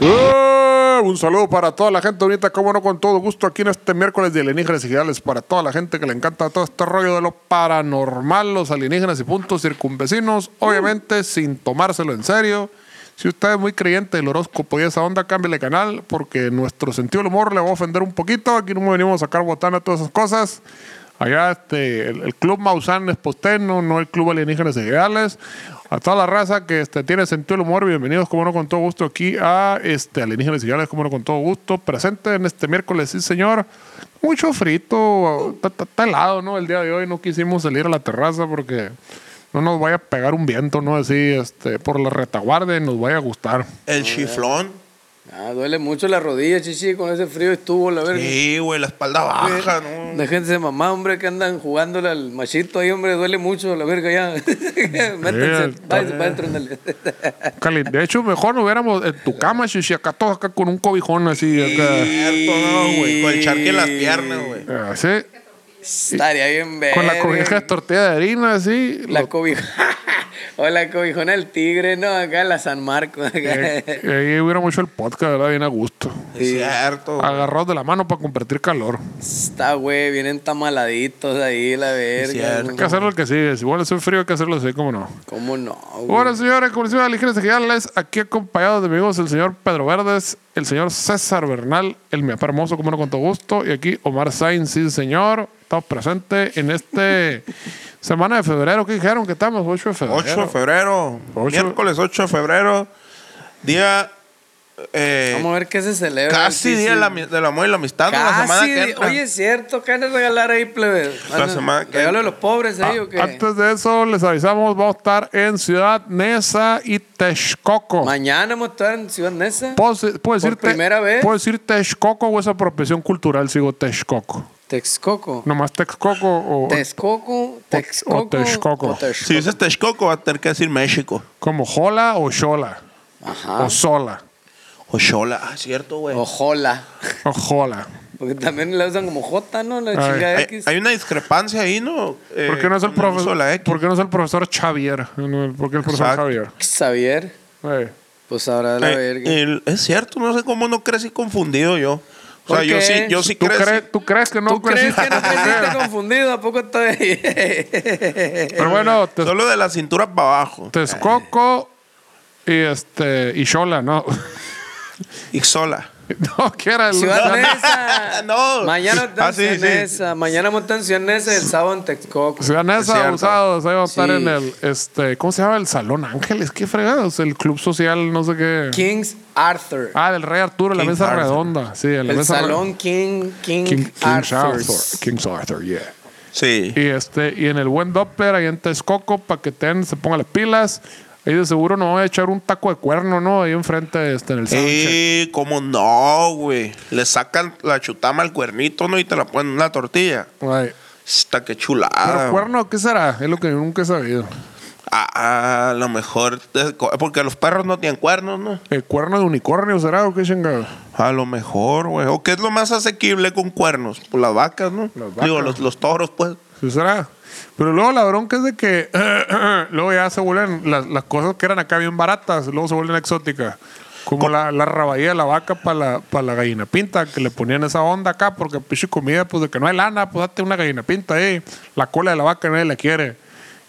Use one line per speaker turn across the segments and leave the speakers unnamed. ¡Eh! Un saludo para toda la gente bonita, como no, con todo gusto aquí en este miércoles de alienígenas y girales para toda la gente que le encanta todo este rollo de lo paranormal, los alienígenas y puntos circunvecinos, obviamente sin tomárselo en serio. Si usted es muy creyente del horóscopo y esa onda, cámbiale canal porque nuestro sentido del humor le va a ofender un poquito. Aquí no venimos a sacar botana, todas esas cosas. Allá este, el, el club Maussan es posteno, no el club alienígenas y girales. A toda la raza que este, tiene sentido del humor, bienvenidos, como no, con todo gusto aquí a este, Alienígenas y Gales, como no, con todo gusto. Presente en este miércoles, sí, señor. Mucho frito, está- está está helado, ¿no? El día de hoy no quisimos salir a la terraza porque no nos vaya a pegar un viento, ¿no? Así, este, por la retaguardia y nos vaya a gustar.
El chiflón.
Ah, duele mucho la rodilla, chichi, con ese frío estuvo, la verga.
Sí, güey, la espalda baja, ¿no?
Déjense de mamá, hombre, que andan jugándole al machito ahí, hombre, duele mucho la verga ya. Métanse,
está
váyanse para adentro, ándale.
Cali- De hecho, mejor nos hubiéramos en tu cama, shishi, acá todos acá con un cobijón así, acá.
Cierto, no, güey. Con el charque en las piernas, güey.
Así,
Estaría bien ver.
con la cobija de tortilla de harina, así.
Eh, La
lo-
cobija. o la cobijona del tigre, no, acá la San Marco. acá.
Eh, ahí hubiera mucho el podcast, ¿verdad? Bien a gusto.
Cierto. güey.
Agarrados de la mano para compartir calor.
Está, güey, vienen tamaladitos ahí, la verga.
cierto.
Hay que hacerlo el que sigue. Si vuelve a hacer frío, hay que hacerlo así, como no.
¿Cómo no? güey?
Bueno, señores, como les iba a ligeros les aquí acompañados de amigos el señor Pedro Verdes, el señor César Bernal, el mi papá hermoso, como no con todo gusto, y aquí Omar Sainz, sí, señor. Estamos presentes en este semana de febrero. ¿Qué dijeron que estamos? 8 de febrero.
8 de febrero.
Ocho.
Miércoles 8 de febrero. Día. eh,
Vamos a ver qué se celebra.
casi
el
día de la,
chichi.
mi- del amor y la amistad. ¿no?
Casi,
la semana que
di-
entra.
Oye, es cierto, ¿qué han de regalar ahí, plebe?
La semana que
Regalo a
entra.
los pobres ahí,
Ah,
¿o qué?
Antes de eso, les avisamos, vamos a estar en Ciudad Neza y Texcoco.
Mañana vamos a estar en Ciudad Neza.
Puedo, se- puedo
¿Por
decirte,
primera vez?
Puedo decir Texcoco o esa apropiación cultural, sigo Texcoco.
Texcoco.
Nomás Texcoco o
Texcoco, Texcoco.
o Texcoco.
o Texcoco.
Si dices Texcoco, va a tener que decir México.
como Jola o Xola
Ajá.
o Sola
O Xola. Ah, cierto, güey.
Ojola.
o Jola.
Porque también la usan como J, ¿no? La
Ay.
chinga
Hay,
X.
hay una discrepancia ahí, ¿no? Eh,
¿Por qué no es el
con uso de
profesor?
la X.
¿Por qué no es el profesor Xavier? No, ¿Por qué el profesor
Exacto.
Xavier?
Xavier.
Eh,
Pues ahora la
Eh,
verga.
el- es cierto, no sé cómo no crecí confundido yo. O sea,
¿Por
yo
qué?
sí, yo sí
¿Tú,
crecí.
crees, ¿Tú crees que no?
¿Tú crees que no
creciste?
creciste confundido? ¿A poco está ahí?
Pero bueno, Tex-
Eh, Solo de la cintura para abajo.
Texcoco y este y Xola, ¿no?
Y sola.
no, que era el...
Ciudad Neza.
No.
Ah, Mañana está
Ah,
en
sí,
Ciudad
sí.
Neza. Mañana vamos a estar en Ciudad Neza y el sábado en Texcoco.
Ciudad
Es
Neza,
cierto.
abusados, ahí va a estar
Sí.
en el, este, ¿cómo se llama? El Salón Ángeles, qué fregados, el Club Social, no sé qué.
King's Arthur.
Ah, del Rey Arturo, la
King
mesa
Arthur.
redonda, sí, en la
el
mesa re-
salón King, King,
King, King's
Arthur.
Arthur. King's Arthur, yeah.
Sí.
Y este, y en el buen Doppler, ahí en Texcoco, para que ten, se pongan las pilas. Ahí de seguro no voy a echar un taco de cuerno, ¿no? Ahí enfrente, este, en el soundcheck.
Sí, cómo no, güey. Le sacan la chutama al cuernito, ¿no? Y te la ponen en una tortilla.
Ay,
Está que
Pero
chulada. güey.
cuerno, ¿qué será? Es lo que nunca he sabido.
Ah, a lo mejor. te- Porque los perros no tienen cuernos, ¿no?
¿El cuerno de unicornio será o qué chingado?
A lo mejor, güey. ¿O qué es lo más asequible con cuernos? Pues las vacas, ¿no?
Las vacas.
Digo, los, los toros, pues.
Sí será. Pero luego la bronca es de que luego ya se vuelven las, las cosas que eran acá bien baratas, luego se vuelven exóticas. Como la, la rabadilla de la vaca para la, pa' la gallina pinta, que le ponían esa onda acá, porque pinche comida, pues de que no hay lana, pues date una gallina pinta ahí. La cola de la vaca nadie la quiere.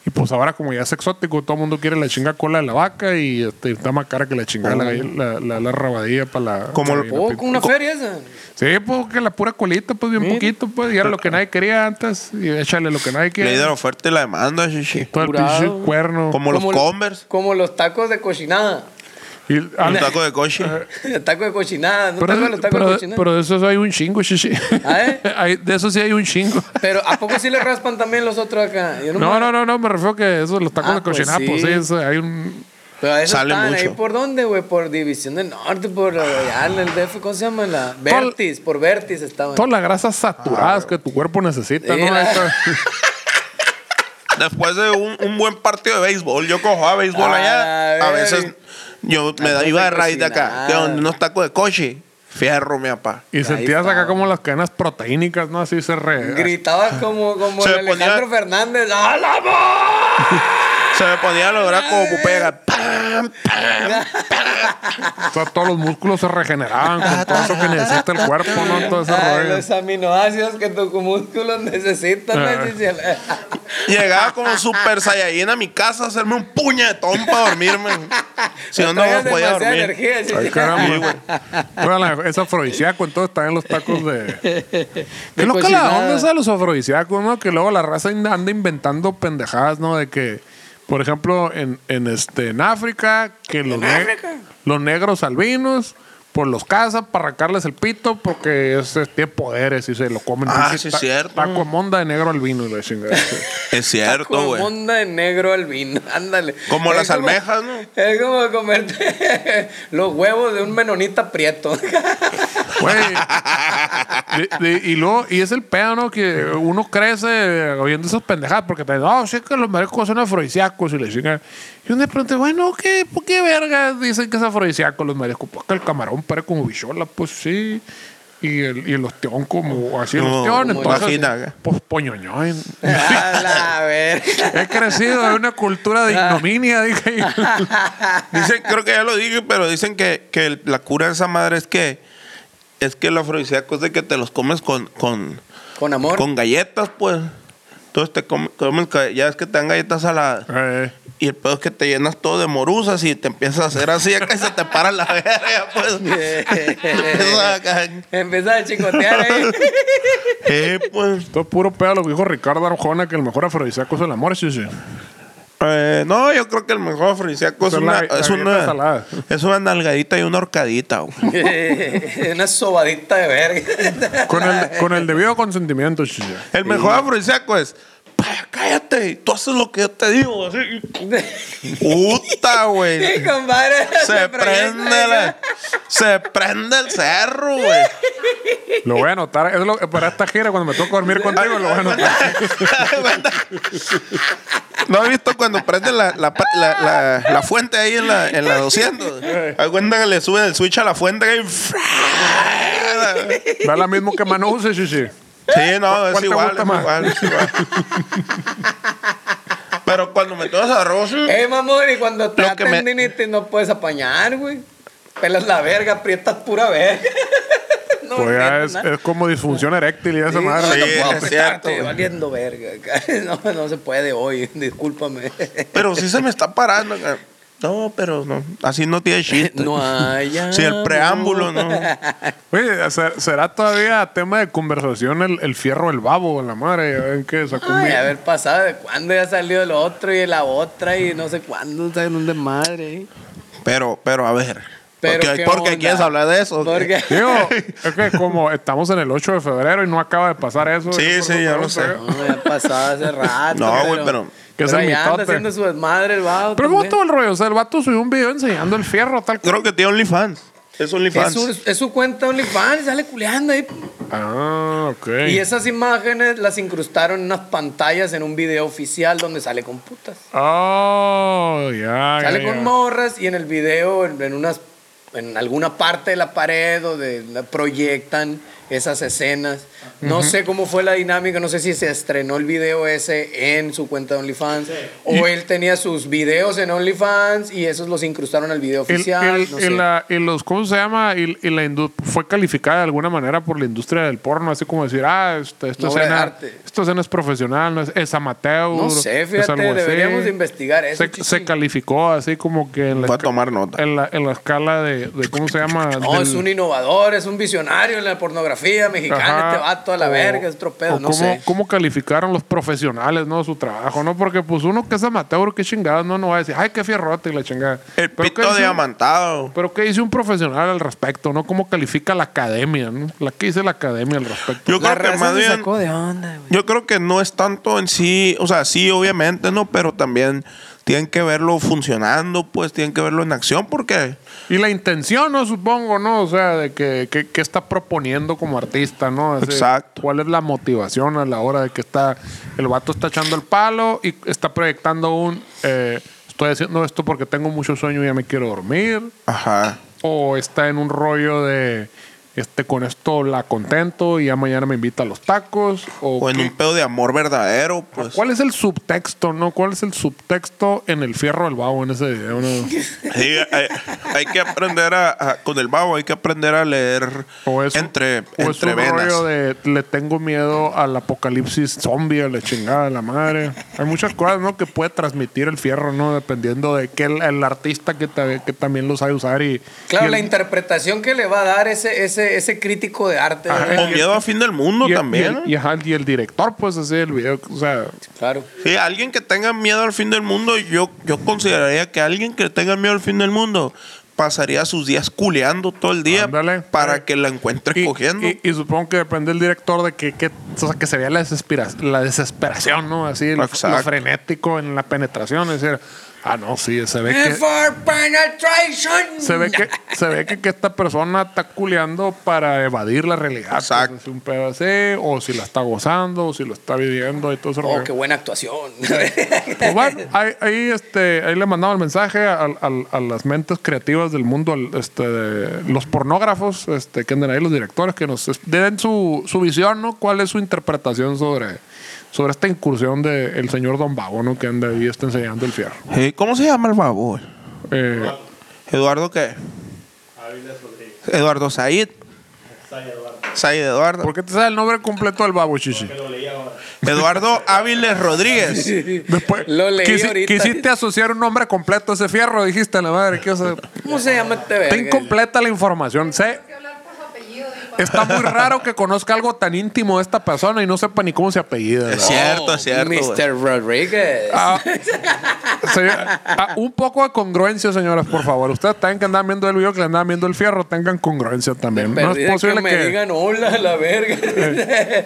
Y pues ahora como ya es exótico, todo el mundo quiere la chinga cola de la vaca y este, está más cara que la chingada la, gall- la, la- la rabadilla para la...
Como
la
lo-
gallina
Oh, con
pinta.
una feria esa.
Sí, pues que la pura colita, pues bien poquito, pues y era lo que nadie quería antes y échale lo que nadie quiere.
Ley de la oferta y la demanda, sí.
Todo el
Curado.
pinche cuerno.
Como los Converse.
Como los tacos de cochinada.
Y- ah,
Un taco de coche.
El taco de cochinada. ¿No te acuerdas
pero,
de los tacos
pero-
de cochinada? Pero,
pero de esos hay un chingo, shishi.
¿Ah, eh?
Hay- de esos sí hay un chingo.
¿a poco sí le raspan también los otros acá? Yo
No,
me-
no, no, no, me refiero que esos, los tacos
Ah,
de
pues
cochinada, pues sí,
sí.
eso, hay un.
Pero eso
Sale
estaban ahí
mucho.
¿eh? por dónde, güey, por División del Norte, por eh, allá en el DF, ¿cómo se llama? La Vertis, por Vertis estaban.
Todas las grasas
Ah,
saturadas que tu cuerpo necesita,
Sí,
¿no?
Eh, la-
Esta-
Después de un, un buen partido de béisbol, yo cojo a béisbol
A
allá. A
ver.
veces yo me da,
Antes
iba de
de
raíz de acá.
cocinar.
Que donde unos tacos de coche. Fierro, mi papá.
Y
Ahí
sentías acá
estaba.
como las cadenas proteínicas, ¿no? Así se re...
Gritaba como, como
Se
el
me ponía-
Alejandro Fernández. ¡A la voz!
Se me ponía a lograr como pupega. ¡Pam!
O sea, todos los músculos se regeneraban con todo eso que necesita el cuerpo, ¿no? Todo ese
Ay,
rollo.
los aminoácidos que tus músculos necesitan. ¿no?
Ah.
Dice el-
Llegaba como super saiyajin a mi casa a hacerme un puñetón para dormirme. Si no, no
Traías
podía
demasiada
dormir.
energía, dice.
Ay, caramba. Bueno, la- es afrodisíaco, entonces también los tacos de. ¿Qué loca la
cocinada.
onda esa de los afrodisíacos, no? Que luego la raza in- anda inventando pendejadas, ¿no? De que, por ejemplo, en, en, este, en África, que los, ne- los negros albinos. Por los cazan para arrancarles el pito porque ese tiene poderes y se lo comen.
Ah,
Dice,
sí,
"Ta-
cierto".
Taco monda de negro albino y la chingada.
Es cierto,
Como
güey.
onda de negro al vino, ándale.
Como
Es
las almejas, ¿no?
Es como comerte los huevos de un menonita prieto.
Güey. De- de- y luego, y es el pedo, ¿no? Que uno crece oyendo esas pendejadas, porque te no, sí que los mariscos son afrodisíacos y le chingan. Y uno le pregunta, bueno, ¿qué, ¿por qué verga dicen que es afrodisíaco los mariscos? Pues que el camarón parece como bichola, pues sí. Y el, y el ostión como así, el
Como-
ostión,
como
entonces.
vagina.
Pues poñoñoy.
A la verga.
He crecido de una cultura de ignominia, dije.
Dicen, creo que ya lo dije, pero dicen que, que el- la cura de esa madre es que es que el afrodisíaco es de que te los comes con, con,
Con amor.
con galletas, pues. Entonces te come- comes, ca- ya es que te dan galletas saladas.
Eh,
Y el pedo es que te llenas todo de morusas y te empiezas a hacer así acá y se te para la verga, pues. Empiezas acá,
Empezaba a chicotear ahí.
eh, pues.
todo puro pedo lo que dijo Ricardo Arjona, que el mejor afrodisíaco es el amor, sí, sí.
Eh, no, yo creo que el mejor afrodisíaco es
Son la-
una,
la
es,
galleta
una,
salada.
es una nalgadita y una horcadita, güey.
eh. Una sobadita de verga.
Con el, con el debido consentimiento, chicha.
El mejor afrodisíaco es, "Pa, cállate, tú haces lo que yo te digo. así. Puta, güey.
Sí, compadre.
Se
proyecta
prende
ahí,
la- se prende el cerro, güey.
Lo voy a anotar. Es lo, para esta gira, cuando me toca dormir contigo, lo voy a anotar.
¿No has visto cuando prenden la, la, pa- la- la- la fuente ahí en la, en la 200? Hay cuenta que le suben el switch a la fuente y... Sí,
Da la mismo que Manuse, chichi.
no,
¿Cuál
es
te
igual,
gusta
es
más?
igual, es igual. Pero cuando me tomas arroz...
Eh, mamón, y cuando te
Lo que me-
atenden y te no puedes apañar, güey. Pelas la verga, aprietas pura verga. No
Pues ya
aprietas
es,
nada.
es como disfunción eréctil y esa
Sí,
madre.
no, no
Sí,
puedo
es
apretar,
cierto,
estoy
güey.
valiendo verga. No, no se puede hoy, discúlpame.
Pero sí se me está parando. ca- No, pero no. Así no tiene chiste.
No hay
Si el preámbulo, no.
Oye, ¿ser- ¿será todavía tema de conversación el, el fierro el babo en la madre? Ya ven que sacó un
Ay,
video.
haber pasado de cuándo ya salió el otro y la otra y no sé cuándo, ¿sabes? Un desmadre.
Pero, pero, a ver.
Pero
porque
qué
porque
onda.
quieres hablar de eso.
Porque
Digo, es que como estamos en el 8 de febrero y no acaba de pasar eso.
Sí,
yo por eso
sí, ya lo
pregunto,
sé.
¿eh?
No, ya pasaba hace rato.
No, güey, pero-
Que es el
allá anda
mitote.
haciendo su desmadre el vago.
Pero ¿cómo
también.
todo el rollo? O sea, el vato subió un video enseñando el fierro tal cual.
Creo que tiene OnlyFans. Es
Es
OnlyFans.
su, es su cuenta OnlyFans, sale culeando ahí.
Ah, ok.
Y esas imágenes las incrustaron en unas pantallas en un video oficial donde sale con putas.
Oh, ya.
Sale
ya,
con
ya.
morras y en el video, en, en unas, en alguna parte de la pared o de la proyectan esas escenas. No sé cómo fue la dinámica, no sé si se estrenó el video ese en su cuenta de OnlyFans o él tenía sus videos en OnlyFans y esos los incrustaron al video
El-
oficial.
el-
no
el-
sé.
la- y los, ¿cómo se llama? Y, y la indu- fue calificada de alguna manera por la industria del porno, así como decir, ah, esta, esta,
Una obra de
escena,
arte.
esta escena es profesional, no es, es amateur.
No sé,
es
fíjate,
algo así.
deberíamos de investigar eso,
Se,
chichi.
se calificó así como que en la,
Voy a
esca-
tomar nota.
en la, en la escala de, de, ¿cómo se llama?
No, es un innovador, es un visionario en la pornografía mexicana, este vato a la verga, es otro
tropedo
pedo, no
cómo,
sé.
¿Cómo calificaron los profesionales, no? Su trabajo, ¿no? Porque pues uno que es amateur, qué chingada, no, no va a decir, ay, qué fierrote y la chingada.
El
Pero ¿qué
pito
dice-
diamantado.
Pero ¿qué dice un profesional al respecto? ¿No? ¿Cómo califica la academia? ¿no? ¿La que dice la academia al respecto?
Yo creo que más bien.
de onda, güey.
Yo creo que no es tanto en sí. O sea, sí, obviamente, ¿no? Pero también tienen que verlo funcionando, pues tienen que verlo en acción, porque
Y la intención, ¿no? Supongo, ¿no? O sea, de que, que- que está proponiendo como artista, ¿no? Es decir,
Exacto.
¿Cuál es la motivación a la hora de que está. El vato está echando el palo y está proyectando un. eh, estoy haciendo esto porque tengo mucho sueño y ya me quiero dormir.
ajá,
O está en un rollo de. Este, con esto la contento y ya mañana me invita a los tacos. O,
o en
qué-
un pedo de amor verdadero, pues.
¿Cuál es el subtexto, no? ¿Cuál es el subtexto en el fierro del babo en ese video? no?
Sí, hay, hay que aprender a, a- con el babo, hay que aprender a leer
O es,
entre,
o es
entre
un
venas.
rollo de le tengo miedo al apocalipsis zombie, a la chingada de la madre. Hay muchas cosas, ¿no? Que puede transmitir el fierro, ¿no? Dependiendo de que el, el artista que, ta- que también lo sabe usar y... y
Claro,
el-
la interpretación que le va a dar ese, ese, ese crítico de arte.
Ajá.
¿verdad?
O miedo a fin del mundo
y el-
también.
Y el, y ajá, y el director, pues, así el video. O sea,
Claro.
Sí, alguien que tenga miedo al fin del mundo, yo, yo consideraría que alguien que tenga miedo al fin del mundo pasaría sus días culeando todo el día
Ándale.
para que la encuentre
y,
cogiendo.
y- y supongo que depende del director de que, que, o sea, que sería la, desespera- la desesperación, ¿no? Así, lo, lo
Exacto.
frenético en la penetración. Es decir, ah, no, sí, se ve que...
For penetration.
se ve que se ve que, que esta persona está culeando para evadir la realidad.
Exacto.
Pues, es un pedo así, o si la está gozando, o si lo está viviendo y todo eso.
Oh, qué buena actuación.
Pues bueno, ahí, ahí, este, ahí le mandaba el mensaje al- al- a, las mentes creativas del mundo, al- este, de los pornógrafos este, que andan ahí, los directores, que nos es- den su, su visión, ¿no? ¿Cuál es su interpretación sobre, sobre esta incursión del señor Don Babo, ¿no? Que anda ahí está enseñando el fierro.
Sí, ¿Cómo se llama el babo? güey?
Eh,
¿Eduardo qué? Eduardo Said. Said Eduardo.
¿Por qué te sabe el nombre completo del Babo, Chichi?
Eduardo Áviles Rodríguez.
Después,
Lo leí
quisi-
ahorita.
Quisiste asociar un nombre completo a ese fierro, dijiste, la madre, que o sea,
¿Cómo se llama este verga?
está incompleta la información. Sé-
que hablar por su apellido. dijo.
está muy raro que conozca algo tan íntimo de esta persona y no sepa ni cómo se apellida.
Es
¿no?
cierto, es cierto. güey.
Mr. Rodríguez.
Ah, se- ah, un poco de congruencia, señoras, por favor. Ustedes también que andan viendo el video, que le andan viendo el fierro, tengan congruencia también. No es
Perdida
posible Eh.
que me digan hola, la verga.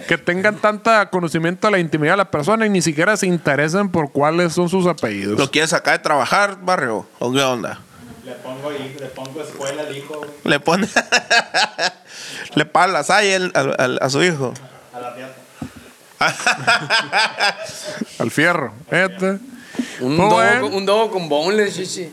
que tengan tanta conocimiento de la intimidad de la persona y ni siquiera se interesen por cuáles son sus apellidos.
¿Lo quieres sacar de trabajar, barrio? ¿O qué onda?
Le pongo, hijo- le pongo escuela al hijo, güey,
Le pone. Le paga la saya él al- al- a su hijo.
a la fiesta.
Al fierro. Este.
un,
Pues
dogo,
bueno.
con- un dogo con boneless, chichi.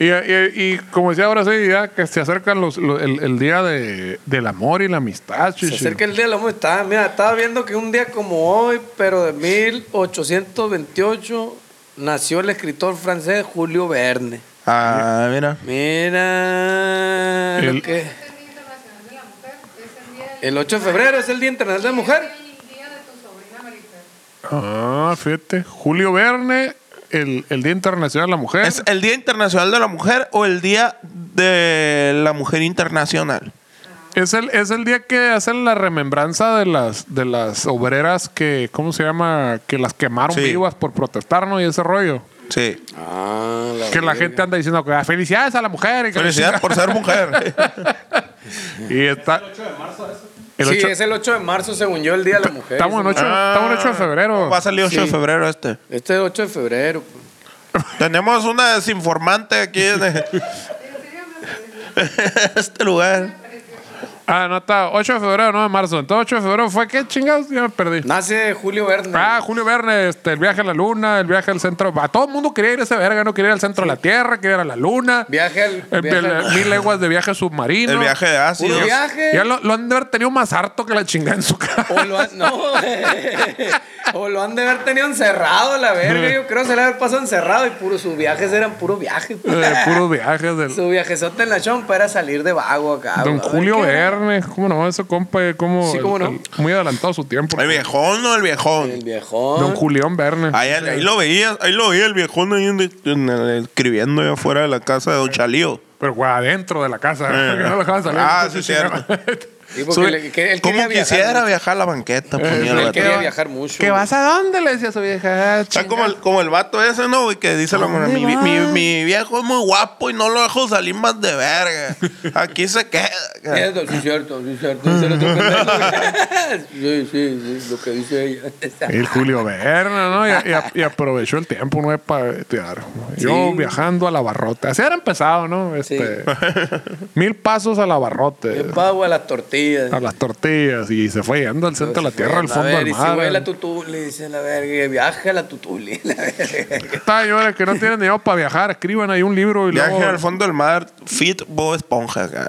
Y, y- y como decía ahora sí, ya que se acercan los, lo- el, el día de, del amor y la amistad,
Se
chichi.
acerca el día del amor. Estaba, mira, estaba viendo que un día como hoy, pero de 1828, nació el escritor francés Julio Verne.
Ah, mira.
Mira. lo
El-
que-
Es el Día Internacional de la Mujer. Es el día
El 8 de febrero es el Día Internacional de la Mujer.
el día de tu sobrina Marifer.
Ah, fíjate. Julio Verne, el, el Día Internacional de la Mujer.
eh,
¿Es el Día Internacional de la Mujer o el Día de la Mujer Internacional?
Es el, es el día que hacen la remembranza de las, de las obreras que, ¿cómo se llama? Que las quemaron
Sí.
vivas por protestar, ¿no? Y ese rollo.
Sí.
Ah,
Que la gente anda diciendo que "Ah, felicidades a la mujer. y que la
Felicidades por ser mujer.
chingada". Y está. El
sí,
8
es el 8 de marzo, según yo, el Día de Ah, la Mujer.
Estamos en 8, estamos en 8 de febrero.
Va a salir 8 de
Sí.
febrero este.
Este es 8 de febrero. pues.
Tenemos una desinformante aquí en este lugar.
Ah, no está. 8 de febrero, no de marzo. Entonces, 8 de febrero fue qué chingados, ya me perdí.
Nace Julio Verne.
Ah, Julio Verne, este, el viaje a la luna, el viaje al centro. A todo el mundo quería ir a ese verga, no quería ir al centro de la Tierra, quería ir a la luna.
Viaje al-
El-
viaje al-
el- mil leguas de viaje submarino.
El viaje de ácido.
Puro viaje.
Ya lo, lo han de haber tenido más harto que la chingada en su casa.
Oh.
O lo, han, no, o lo han de haber tenido encerrado, la verga. Yo creo que se le haber pasado encerrado y puro, sus viajes eran puro viaje. pues.
Eh, puros viajes del
Su viajezote en la chompa era salir de vago
Ah,
acá.
Don
güey. A ver,
Julio
¿qué?
Verne. ¿Cómo no? Ese compa, eh, como
Sí, cómo no.
muy adelantado a su tiempo.
El viejón, no el
El
viejón.
viejón.
Don Julián Verne.
Ahí, ahí lo veía, ahí lo veía el viejón ahí en- en el- escribiendo allá afuera de la casa de Don Chalío.
Pero güey, adentro de la casa.
Eh.
que no lo dejaban salir.
Ah,
Entonces,
sí, cierto.
Sí, porque
Sube-
le- que él
¿Cómo
quería viajar
quisiera
mucho.
viajar a la banqueta? ponía el
Él
vato.
quería viajar mucho.
¿Que
güey.
vas a dónde? Le decía a su vieja. Ah,
Está como el, como el vato ese, ¿no? güey? Que dice la
¿Dónde
mona, mi, vi-
vas?
mi, mi viejo es muy guapo y no lo dejo salir más de verga. Aquí se queda.
Cierto, sí, cierto, sí, cierto. Dice el otro pendejo. Sí, sí, sí, lo que dice ella.
Y Julio Verna, ¿no? Y, y- y aprovechó el tiempo, ¿no? Para estudiar. Yo
Sí.
viajando a la barrota. Así era empezado, ¿no? Este, Mil pasos a la barrote.
El pavo a las tortillas.
A las tortillas. Y se fue yendo al centro de la tierra, al
A
fondo
ver,
del
y se va a la
mar.
tutuli, dice la verga. y Viaja a la tutuli, la verga.
Está, señores, que no tienen dinero para viajar. Escriban ahí un libro y
Viaje
luego-
al fondo del mar, fit Bob Esponja. cara.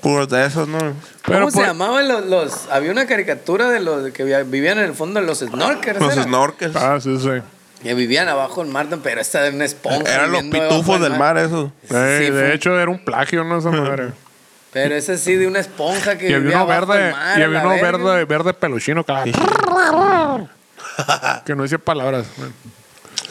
Puros de esos, ¿no?
Pero pues,
¿Cómo se
por-
llamaban los, los- Había una caricatura de los que via- vivían en el fondo de los snorkers.
Los
¿era?
snorkels.
Ah, sí, sí.
Que vivían abajo del mar, pero esta era una esponja.
Eran los
viviendo debajo
pitufos del mar, esos.
Ey,
Sí,
Eh, de
fue-
hecho, era un plagio, ¿no? Esa madre.
Pero ese sí de una esponja que
Y había
vivía
uno
abajo del
verde,
mar.
y
a
había
la
uno
verga.
verde, verde peluchino que, que no decía palabras.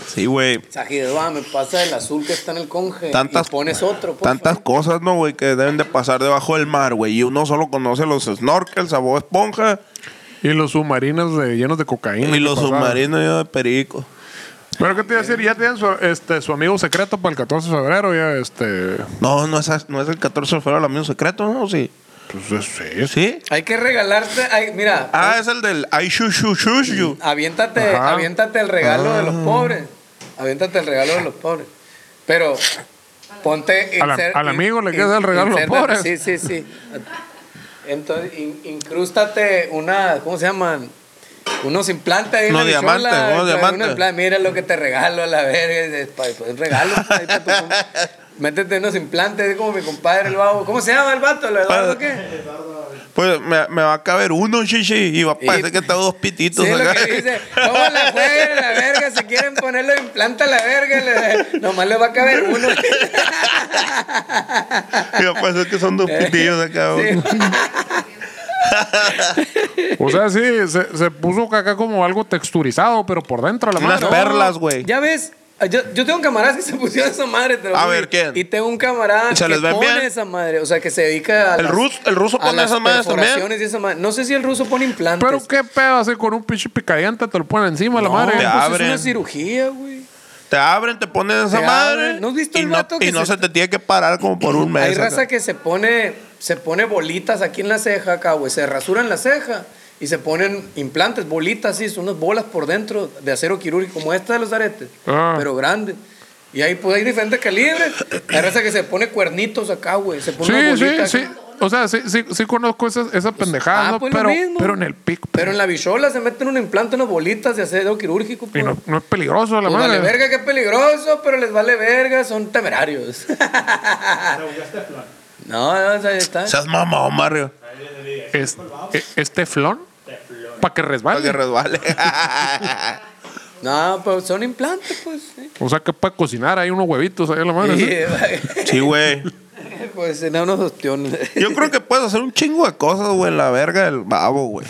Sí, güey.
Sajidua, me pasa el azul que está en el conge.
Tantas,
y pones otro. pues, por
tantas cosas, ¿no, güey? Que deben de pasar debajo del mar, güey. Y uno solo conoce los snorkels, a Bob Esponja
Y los submarinos de- llenos de cocaína.
y
que
los
pasaban.
submarinos llenos de perico.
Pero qué te iba a decir, ya tienen su, este, su amigo secreto para el 14 de febrero, ya este.
No, no es, no es el 14 de febrero el amigo secreto, ¿no? Sí.
Pues es- sí, sí.
¿Sí?
favor. Hay que regalarte. ay, mira,
Ah, es el del I shoo shoo shoo shoo.
aviéntate,
Ajá. Ah.
aviéntate el regalo de los pobres. Aviéntate el regalo de los pobres. Pero ponte.
Al am-
inser-
al amigo le queda el regalo a los
insértate-
pobres.
Sí, sí, sí. Entonces, in- incrústate una. ¿Cómo se llaman? Unos implantes ahí en
Unos
la
diamantes,
bichola,
unos
unos
diamantes.
implantes. Mira lo que te regalo a la verga. es pa- Pues regalo. ahí pa' tu compa. Métete unos implantes, es como mi compadre el babo. ¿Cómo se llama el vato? ¿El Eduardo qué?
Pues me, me va a caber uno, chichi, y va a parecer que tengo dos pititos
Sí, lo
acá.
que dice, ¿cómo la juegan la verga? Si quieren ponerlo en planta la verga, le- nomás le va a caber uno.
y va a parecer que son dos pitillos acá, güey.
O sea, sí, se, se puso acá como algo texturizado, pero por dentro la
Unas
madre.
perlas, güey.
Ya ves, yo, yo tengo camaradas que se pusieron esa madre. te lo
A
juro.
ver, ¿quién?
Y tengo un camarada
¿Se
que
les ven
pone
bien?
esa madre, o sea, que se dedica a
El
las-
ruso- el ruso
a
pone
las
esas madres también.
perforaciones y esa madre. No sé si el ruso pone implantes.
Pero qué pedo, así con un pinche picadiente te lo ponen encima la
No,
madre.
pues
te abren.
es una cirugía, güey.
Te abren, te ponen esa
Te
madre.
abren. ¿No has visto
y
el
no,
vato que
y no
se-
se te tiene que parar como por un mes.
Hay raza
acá.
que se pone, se pone bolitas aquí en la ceja acá, güey. Se rasuran la ceja y se ponen implantes, bolitas así, son unas bolas por dentro de acero quirúrgico, como esta de los aretes,
Ah.
pero grandes. Y ahí pues hay diferentes calibres. Hay raza que se pone cuernitos acá, güey. Se pone una
Sí, sí,
bolita
sí.
acá.
O sea, sí, sí, sí conozco esas, esas pendejadas,
ah,
¿no?
pues lo
pero,
mismo.
pero en el pico.
Pero en la bichola se meten un implante, unas bolitas de acero quirúrgico,
Y
pues.
no, no es peligroso la
Pues
madre.
vale verga, qué peligroso, pero les vale verga, son temerarios.
este plan.
no, no, o sea, está.
Seas mamón, Mario.
Es, e, es- es teflón
Teflón.
para que
Para
resbale.
que resbale.
No, pues son implantes, pues. sí.
O sea, que para cocinar hay unos huevitos ahí a la madre. ¿sí?
sí, güey.
Pues en unos ostiones.
Yo creo que puedes hacer un chingo de cosas, güey, en la verga del babo, güey.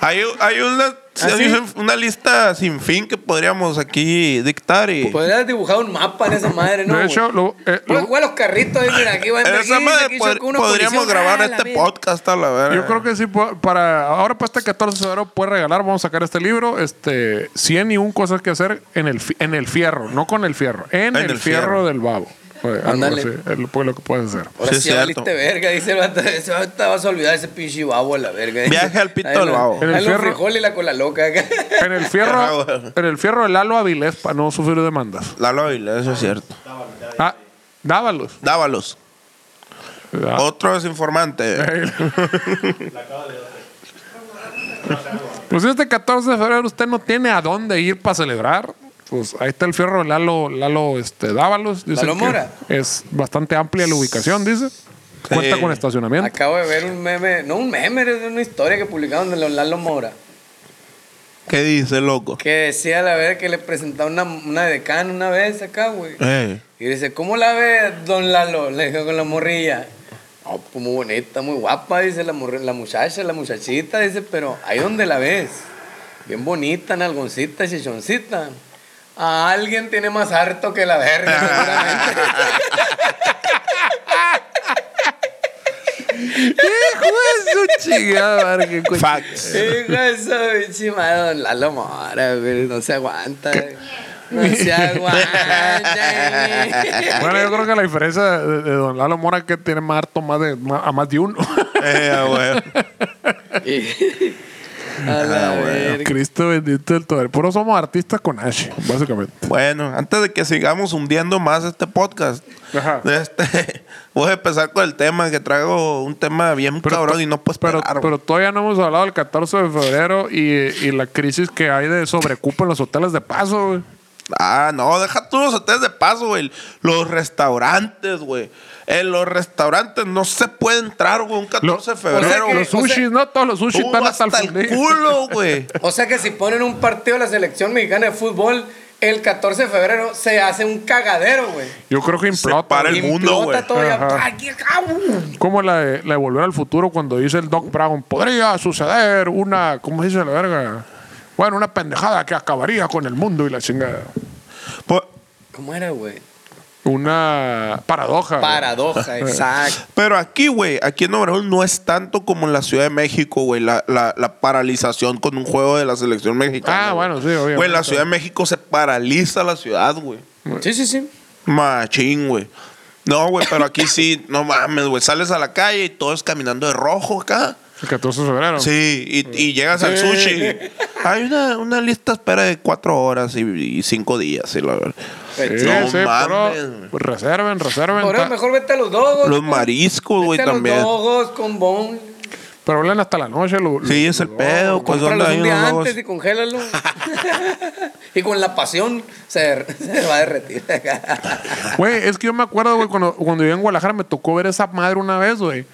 Hay, hay una, hay
sí?
una lista sin fin que podríamos aquí dictar y...
Podrías dibujar un mapa en esa madre, ¿no?
De hecho,
güey?
lo- eh,
Pon-
lo-
pon los carritos ahí, mira, aquí va
En
a
esa madre pod- podríamos grabar
Ah,
este podcast a la verga.
yo creo que sí, po- para ahora para este 14 de febrero puede regalar, vamos a sacar este libro, este 100 y un cosas que hacer en el, fi- en el fierro, no con el fierro, en, el, fierro. del babo. Oye, algo
Ándale.
así, es lo, pues, lo que puedes hacer.
Sí,
Ahora sí,
es cierto.
valiste verga, dice el vato. Ese vato te vas a olvidar de ese pinche babo a la verga.
Viaje al pito
Ahí
del
lo-
babo.
En el
Ahí los
fierro.
frijoles y la cola loca. acá.
En el
Ah,
fierro,
bueno.
en el fierro de Lalo Avilés para no sufrir demandas.
Lalo Avilés, eso es cierto.
Ah, dábalos.
Dávalos.
Ah,
Otro desinformante.
Pues este 14 de febrero usted no tiene a dónde ir para celebrar. Pues ahí está el fierro de Lalo, Lalo este, Dávalos. Dice
Lalo
que
Mora.
Es bastante amplia la ubicación, dice. Cuenta
Sí.
con estacionamiento.
Acabo de ver un meme, no un meme, es una historia que publicaron de los Lalo Mora.
¿Qué dice, loco?
Que decía la verga que le presentaba una, una decana una vez acá, güey.
Ey.
Y dice, ¿cómo la ve, don Lalo? Le dijo con la morrilla. "Ah, pues muy bonita, muy guapa, dice la, morri- la muchacha, la muchachita, dice, pero ahí donde la ves. Bien bonita, nalgoncita, chichoncita. A alguien tiene más harto que la verga, seguramente. Pues su chingada, madre, qué coche.
Facts.
Hijo de su pinche madre, don Lalo Mora, güey, no se aguanta, güey. No se aguanta, güey.
Bueno, yo creo que la diferencia de, de Don Lalo Mora es que tiene más harto más de, más- a más de uno.
Eh, ah, güey.
Y- A la verga.
Cristo bendito del todo. Puro somos artistas con H, básicamente.
Bueno, antes de que sigamos hundiendo más este podcast,
Ajá.
este, voy a empezar con el tema que traigo un tema bien cabrón y no puedes
Pero,
parar.
pero todavía no hemos hablado del 14 de febrero y, y la crisis que hay de sobrecupo en los hoteles de paso, güey.
Ah, no, deja tú los hoteles de paso, güey. Los restaurantes, güey. En los restaurantes no se puede entrar, güey, un 14 de febrero.
o sea que-
güey.
los sushis, ¿no? Todos los sushis
Tú
están hasta
hasta
el
el
fundillo.
culo, güey.
O sea que si ponen un partido de la selección mexicana de fútbol el 14 de febrero, se hace un cagadero, güey.
Yo creo que
Se
implota.
para El mundo,
Implota
güey.
todo y
Ajá.
¡pa, aquí, cabrón!
Como la de, la de Volver al Futuro cuando dice el Doc Brown, podría suceder una, ¿cómo se dice la verga? Bueno, una pendejada que acabaría con el mundo y la chingada.
Po-
¿Cómo era, güey?
Una paradoja.
Paradoja, exacto.
Pero aquí, güey, aquí en Obregón no es tanto como en la Ciudad de México, güey, la, la- la paralización con un juego de la selección mexicana.
Ah,
güey.
bueno, sí, obviamente.
Güey, en la Ciudad de México se paraliza la ciudad, güey.
Sí, sí, sí.
Machín, güey. No, güey, pero aquí sí, no mames, güey. Sales a la calle y todos caminando de rojo acá.
El 14 de febrero.
Sí, y, y llegas al
Sí.
sushi. Hay una, una lista de espera de cuatro horas y, y cinco días, sí, la verdad.
Sí,
No
sí,
mames.
pero reserven, reserven.
Ahora
Ta-
mejor vete a los dogos.
Los
güey.
mariscos, güey,
Vete a los
también.
dogos con bone.
Pero hablan hasta la noche. lo- lo-
Sí, es el
lo-
pedo, pues
Cómpralos
onda ahí
un día
los lobos.
antes y congélalo. y con la pasión se, se va a derretir.
Güey, es que yo me acuerdo, güey, cuando, cuando vivía en Guadalajara me tocó ver esa madre una vez, güey.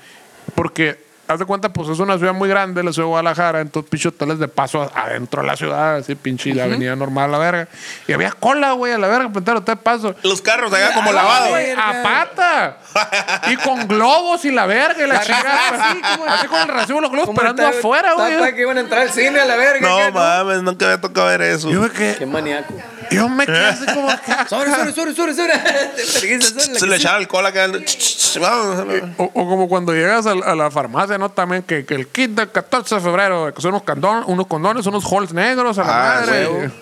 Porque, haz de cuenta, pues es una ciudad muy grande, la ciudad de Guadalajara, entonces pinche hoteles de paso a- adentro de la ciudad, así pinche la avenida normal a la verga. Y había cola, güey, a la verga, frente al hotel de paso.
Los carros allá como
Ah,
lavados.
güey. Verga.
A pata. Y con globos y la verga y la
La raza
chingada.
así, como-
Así con el recibo de los globos
Como
esperando
esta-
afuera,
esta
güey.
pa' que iban a entrar al cine a la verga.
No
¿qué,
mames, nunca había tocado ver eso.
Yo me quedé,
Qué maníaco.
yo me quedé así como que,
Sobre, sobre, sobre, sobre, sobre. Te vergüenza, sobre la
Se
que
le
sí.
echaba alcohol acá. Vamos.
O, o como cuando llegas al- a, la farmacia, ¿no? También que, que el kit del 14 de febrero, que son unos, candon- unos condones, unos halls negros a la
Ah,
madre.
huevo.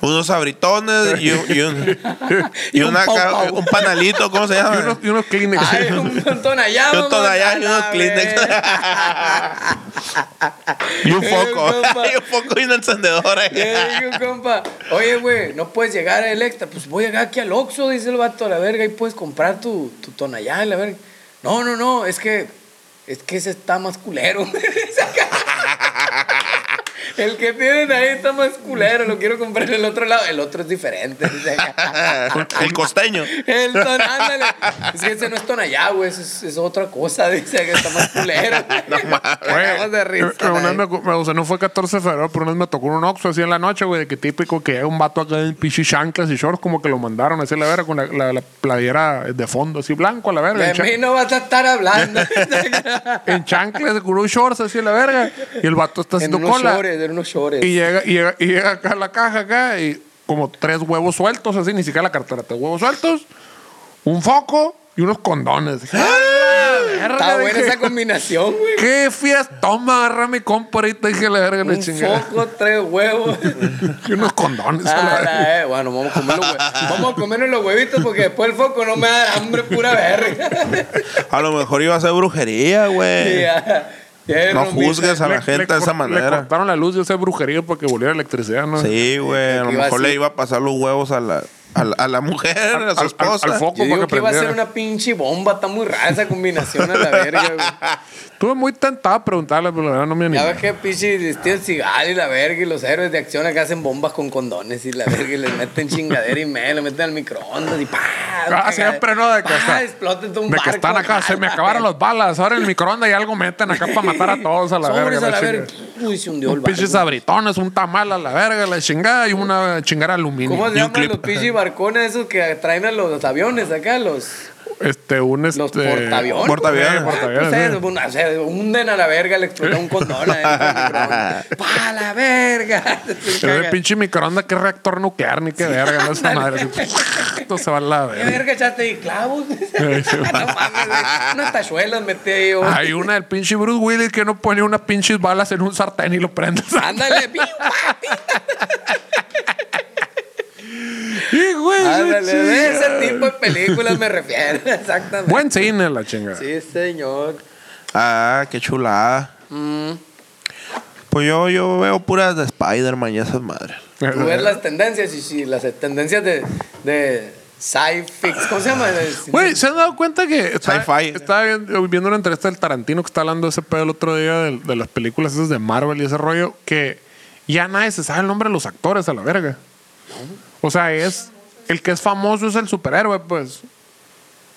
Unos abritones y, un- y un, y
Y un
una
pau,
ca-
pau.
un panalito, ¿cómo se
Y
llama?
unos, y unos Kleenex.
Ay, un montón allá.
Y un tonallá y unos Kleenex.
Kleenex.
Y un foco.
Eh, compa.
y un foco y un encendedor. ahí.
Le digo, compa, oye, güey, no puedes llegar al Electra. Pues voy a llegar aquí al Oxxo, dice el vato, a la verga, y puedes comprar tu, tu tonallá, a la verga. No, no, no, es que, es que ese está más culero. el que tienen ahí está más culero, lo quiero comprar en el otro lado. El otro es diferente. dice acá.
El costeño.
El ton, ándale. Es que ese no es tonallá, güey, ese es, es otra cosa, dice que está más culero.
No mames.
Cagamos de risa,
Eh, una vez
güey.
me, me- o sea, no fue 14 de febrero, pero una vez me tocó en un oxo así en la noche, güey, de que típico que hay un vato acá en pinche chanclas y shorts, como que lo mandaron así a la verga con la, la- la playera de fondo, así blanco a la verga.
De
en cha-
mí no vas a estar hablando.
En chanclas, con un shorts así a la verga. Y el vato está
en
haciendo
unos
cola.
shorts, en unos shorts.
Y llega, y llega, y llega acá a la caja acá y como tres huevos sueltos, así, ni siquiera la cartera, tres huevos sueltos, un foco y unos condones. Dije, "Ah, la verga",
Está buena
dije,
esa combinación, güey.
Qué fiesta, toma, agarra mi compa ahorita, dije la verga, le
Un
chingada.
foco, tres huevos.
Y unos condones. a la
Ah,
verga.
la, eh, Bueno, vamos a comer los huevos. Vamos a comernos los huevitos porque después el foco no me da hambre pura verga.
A lo mejor iba a ser brujería, güey.
Ya, ya,
No
Rombita.
juzgues a la
Le-
gente
le
de esa
cor- Le
manera.
cortaron la luz de ese brujerío para que volviera electricidad, ¿no?
Sí, güey. A lo
Iba
mejor
así.
le iba a pasar los huevos a la, a la, a la mujer, a su
al-
esposa.
al foco.
Yo
Para
digo
que
que iba a ser
prendiera.
una pinche bomba. Está muy rara esa combinación a la verga, güey.
Estuve muy tentado a preguntarle, pero la verdad no me animé.
Ya ves que pinche Steven Seagal y la verga y los héroes de acción acá hacen bombas con condones y la verga y les meten chingadera y medio, le meten al microondas y pa.
Ah, siempre no, de que,
Ah,
está-
exploten todo un
de que
barco. ah,
están acá, se me acabaron las balas. Ahora en el microondas y algo meten acá para matar a todos a la
Sobres
verga.
a
la
la
chinga.
verga. Uy, se hundió el
Un pinche
barco.
sabritones, un tamal a la verga, la chingada y una chingada de aluminio.
¿Cómo se
Y un
llaman
clip.
los pinches barcones esos que traen a los aviones acá? Los
este, un este.
Los portaaviones.
portaaviones.
güey.
Portaaviones,
Pues,
sí.
eh, un- o sea, hunden a la verga, le explotó un condón. ¡Para la verga! Se
Ese
caga.
pinche microondas, qué reactor nuclear, ni qué verga, no esa madre. así, Esto se va a la
¿Qué
verga.
verga echaste de clavos?
sí.
no mames, güey. Unas tachuelas metí ahí, güey.
Hay una del pinche Bruce Willis que no pone unas pinches balas en un sartén y lo prendes.
Ándale, piu, pa, piu.
Sí, güey,
Ándale,
sí,
de
sí.
ese tipo de películas me refiero, exactamente.
Buen cine, la chinga.
Sí, señor.
Ah, qué chulada. Pues yo, yo veo puras de Spider-Man y esas madres.
Tú ves las tendencias y sí, las tendencias de, de sci-fix. ¿Cómo se llama? De-
Güey, ¿se han dado cuenta que estaba,
Sci-fi.
estaba viendo viendo una entrevista del Tarantino que está hablando de ese pedo el otro día de, de las películas esas de Marvel y ese rollo que ya nadie se sabe el nombre de los actores a la verga? O sea, es el que es famoso es el superhéroe, pues.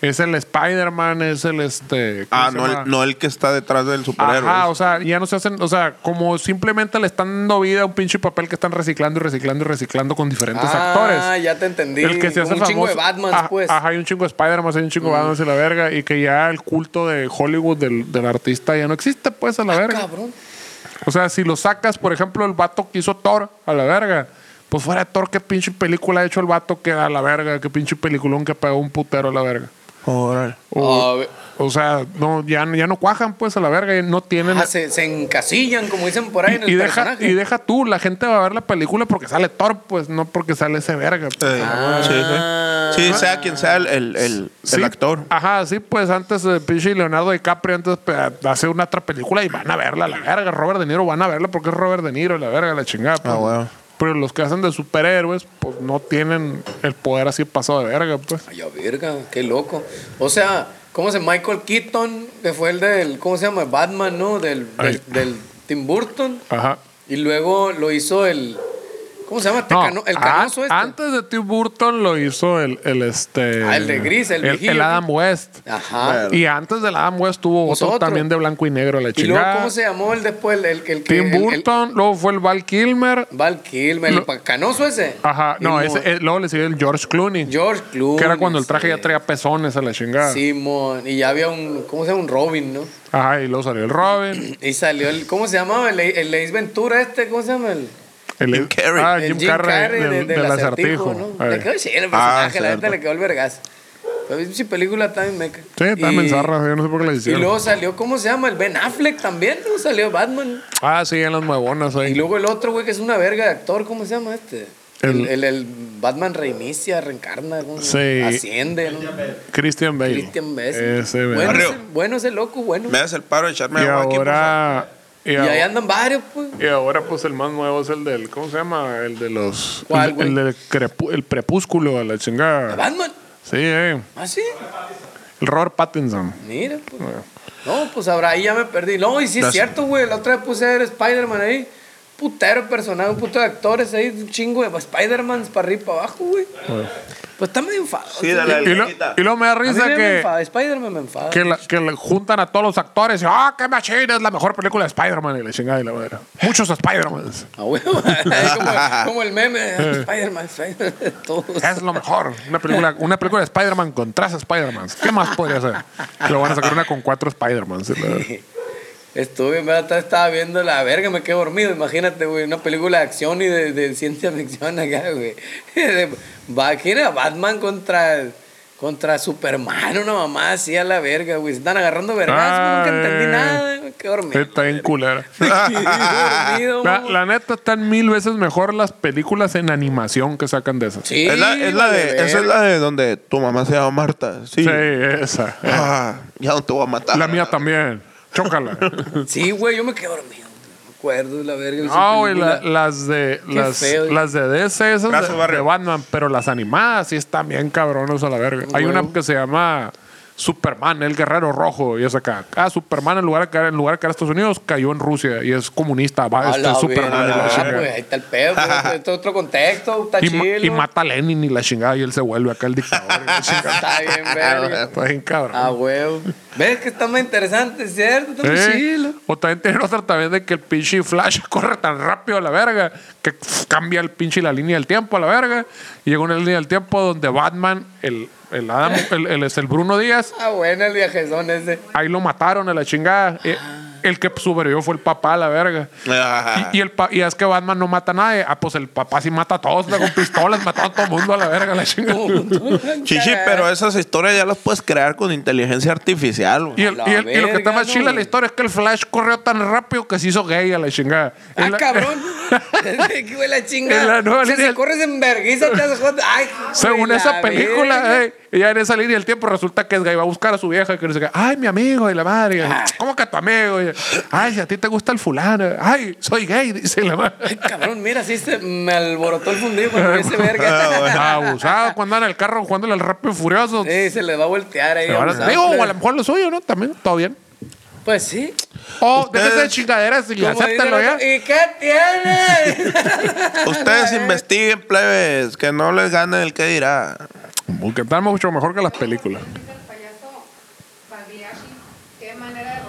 Es el Spider-Man, es el este ¿cómo
Ah,
se
no
llama?
el, no el que está detrás del superhéroe.
Ajá, o sea, ya no se hacen, o sea, como simplemente le están dando vida a un pinche papel que están reciclando y reciclando y reciclando con diferentes
Ah,
actores.
ya te entendí.
El que se hace
Como un chingo de
famoso-
Batmans,
Ah,
pues.
Ajá, hay un chingo de Spider-Man, hay un chingo de Batman y la verga. Y que ya el culto de Hollywood del, del artista ya no existe, pues, a la verga.
Ah, Cabrón.
O sea, si lo sacas, por ejemplo, el vato que hizo Thor, a la verga. Pues fuera de Thor, qué pinche película ha hecho el vato que a la verga, qué pinche peliculón que pegó un putero a la verga.
Órale.
A
O,
ver.
o sea, no, ya, ya no cuajan, pues, a la verga, y no tienen.
Ah, se, se encasillan, como dicen por ahí en el
y, deja,
personaje.
y deja tú, la gente va a ver la película porque sale Thor, pues, no porque sale ese verga. pues.
Eh, sí, sí. Sí, sea quien sea el, el, el- el
Ah. Sí,
actor.
Ajá, sí, pues antes de pinche Leonardo DiCaprio, antes pe- hace una otra película y van a verla, la verga. Robert De Niro van a verla porque es Robert De Niro, la verga, la chingada. pues.
Ah, bueno.
Pero los que hacen de superhéroes, pues no tienen el poder así pasado de verga, pues.
Ay, a verga, qué loco. O sea, ¿cómo se llama? Michael Keaton, que fue el del, ¿cómo se llama? Batman, ¿no? Del, del,
Ay.
del Tim Burton.
Ajá.
Y luego lo hizo el, ¿cómo se llama? Este
No,
cano- el
a-
canoso este.
Antes de Tim Burton lo hizo el, el este.
Ah, el de gris, el viejillo.
Adam West.
Ajá.
Y antes del Adam West tuvo
Pues
otro,
otro.
también de blanco y negro, la
Y luego,
chingada.
¿cómo se llamó el después? El, el, el que-
Tim
el- el-
Burton, luego fue el Val Kilmer.
Val Kilmer, el
Lo-
pa- canoso ese.
Ajá, no,
Simón.
ese, eh, luego le siguió el George Clooney.
George Clooney.
Que era cuando el traje
sí.
ya traía pezones a la chingada.
Simón. Y ya había un, ¿cómo se llama? Un Robin, ¿no?
Ajá, y luego salió el Robin.
Y salió el, ¿cómo se llamaba? El, el Ace Ventura este, ¿cómo se llama? El,
El,
Jim Carrey.
Ah,
el
Jim, Carrey, del,
de-
del acertijo.
¿no?
Ay.
Le quedó chido el
Ah,
personaje, la gente
cierto.
le quedó el vergazo. Pero esa película también meca.
Sí, está
Y-
menzarra, yo no sé por qué le
Y
hicieron.
luego salió, ¿cómo se llama? El Ben Affleck también, ¿no? Salió Batman.
Ah, sí, en las nuevonas
Y
ahí.
luego el otro, güey, que es una verga de actor, ¿cómo se llama este? El,
El-
el, el Batman reinicia, reencarna, ¿cómo se llama?
Sí.
asciende, ¿no?
Christian Bale.
Christian Bale.
Ese,
bueno,
verga.
ese, bueno, ese loco, bueno.
Me das el paro de echarme
y
agua aquí. por favor?
ahora. Y,
Y
ahora-
ahí andan varios, pues.
y ahora, pues el más nuevo es el del. ¿Cómo se llama? El de los. el,
¿Cuál,
el
güey?
del crepu- el prepúsculo, a la chingada.
Batman.
Sí, eh.
¿Ah, sí?
El Robert Pattinson.
Mira, pues. No, pues ahora ahí ya me perdí. No, y sí es
Gracias.
cierto, güey. La otra vez puse a ver Spider-Man ahí. Putero personaje, un puto de actores ahí, un chingo de Spider-Man para arriba y para abajo, güey. Pues está medio enfadado.
Sí, dale,
Y, lo-
Quita.
y luego me da
A mí
risa
me
que.
enfada, Spider-Man me enfada.
que, la- que le juntan a todos los actores y ¡ah, qué machina! Es la mejor película de Spider-Man y la chingada y la madre. Muchos Spider-Man.
A huevo. Ahí como, como Ah, el meme. ah, Spider-Man, Spider-Man, todos.
Es lo mejor. Una película, una película de Spider-Man con tres Spider-Man. ¿Qué más podría ser? Lo van a sacar una con cuatro Spider-Man.
Estuve, en verdad, estaba viendo la verga, me quedé dormido. Imagínate, güey, una película de acción y de, de ciencia ficción acá, güey. De- va- Imagina Batman contra, contra Superman, una mamá así a la verga, güey. Se están agarrando vergas,
Ah,
nunca entendí
eh.
nada, güey. Qué dormido.
Está bien culera.
dormido,
La,
güey.
la neta, están mil veces mejor las películas en animación que sacan de esas.
Sí,
Es la, es la de,
vale,
esa es
verga.
la de donde tu mamá se llama Marta. Sí.
Sí, esa.
Ah, ya no te voy a matar.
La mía también. Chócala.
Sí, güey, yo me quedé dormido. No me acuerdo, la verga. esa
No, güey, la-
película.
las de las,
feo.
las de DC, esas
Gracias,
de- de,
barrio.
Batman, pero las animadas sí están bien cabronas a la verga. Hay una
Huevo.
que se llama Superman, el guerrero rojo, y es acá. Ah, Superman en lugar de caer en lugar de caer a Estados Unidos, cayó en Rusia y es comunista, va,
A
este
la
es Superman
verga,
y la
güey,
chingada.
Ahí está el pedo, güey, este es otro contexto, está
Y, ma-
chido.
y mata a Lenin y la chingada, y él se vuelve acá el dictador. y la chingada.
Está bien,
Ah,
verga.
Está bien cabrón.
Ah, huevo. ¿Ves que está más interesante, cierto? Está más
Sí.
chilo.
¿Eh? O también tienen otra también de que el pinche Flash corre tan rápido a la verga que pf, cambia el pinche la línea del tiempo a la verga. Y llega una línea del tiempo donde Batman, el El, Adam, el, el- es el Bruno Díaz.
Ah, bueno, el viajezón ese.
Ahí lo mataron a la chingada. Eh, El que sobrevivió fue el papá, la verga.
Ajá.
Y, y el pa- y es que Batman no mata a nadie. Ah, pues el papá sí mata a todos, le- con pistolas, mató a todo el mundo a la verga, la chingada.
Chichi,
ah,
pero esas historias ya las puedes crear con inteligencia artificial, güey.
Y, el-
A la
y el- y lo que está
verga,
más chila de
güey.
la historia es que el Flash corrió tan rápido que se hizo gay a la chingada.
Ah,
En la-
cabrón. Qué güey, la chingada.
En la nueva
si
línea-
se corres en vergüenza, te haces joder. Ay, güey,
Según
la
esa película,
verga.
eh, ella en esa línea del tiempo resulta que es gay, va a buscar a su vieja que no sé qué. Ay, mi amigo de la madre. Y,
Ah.
¿Cómo que tu amigo? Y, Ay, si a ti te gusta el fulano. Ay, soy gay, dice la madre.
Cabrón, mira, sí se me alborotó el fundido cuando vi ese
Ah,
verga.
Abusado cuando anda en el carro jugándole al rápido y furioso.
Eh, se le va a voltear ahí.
Pero ahora-
abusado.
digo, o a lo mejor lo suyo, ¿no? También, todo bien.
Pues sí.
O
Ustedes-
déjese de chingaderas y
Como dice el
acéptalo ya.
otro, ¿Y qué tiene?
Ustedes investiguen, plebes, que no les gane el que dirá.
Porque está mucho mejor que las películas.
Dice el payaso Pagliacci, qué manera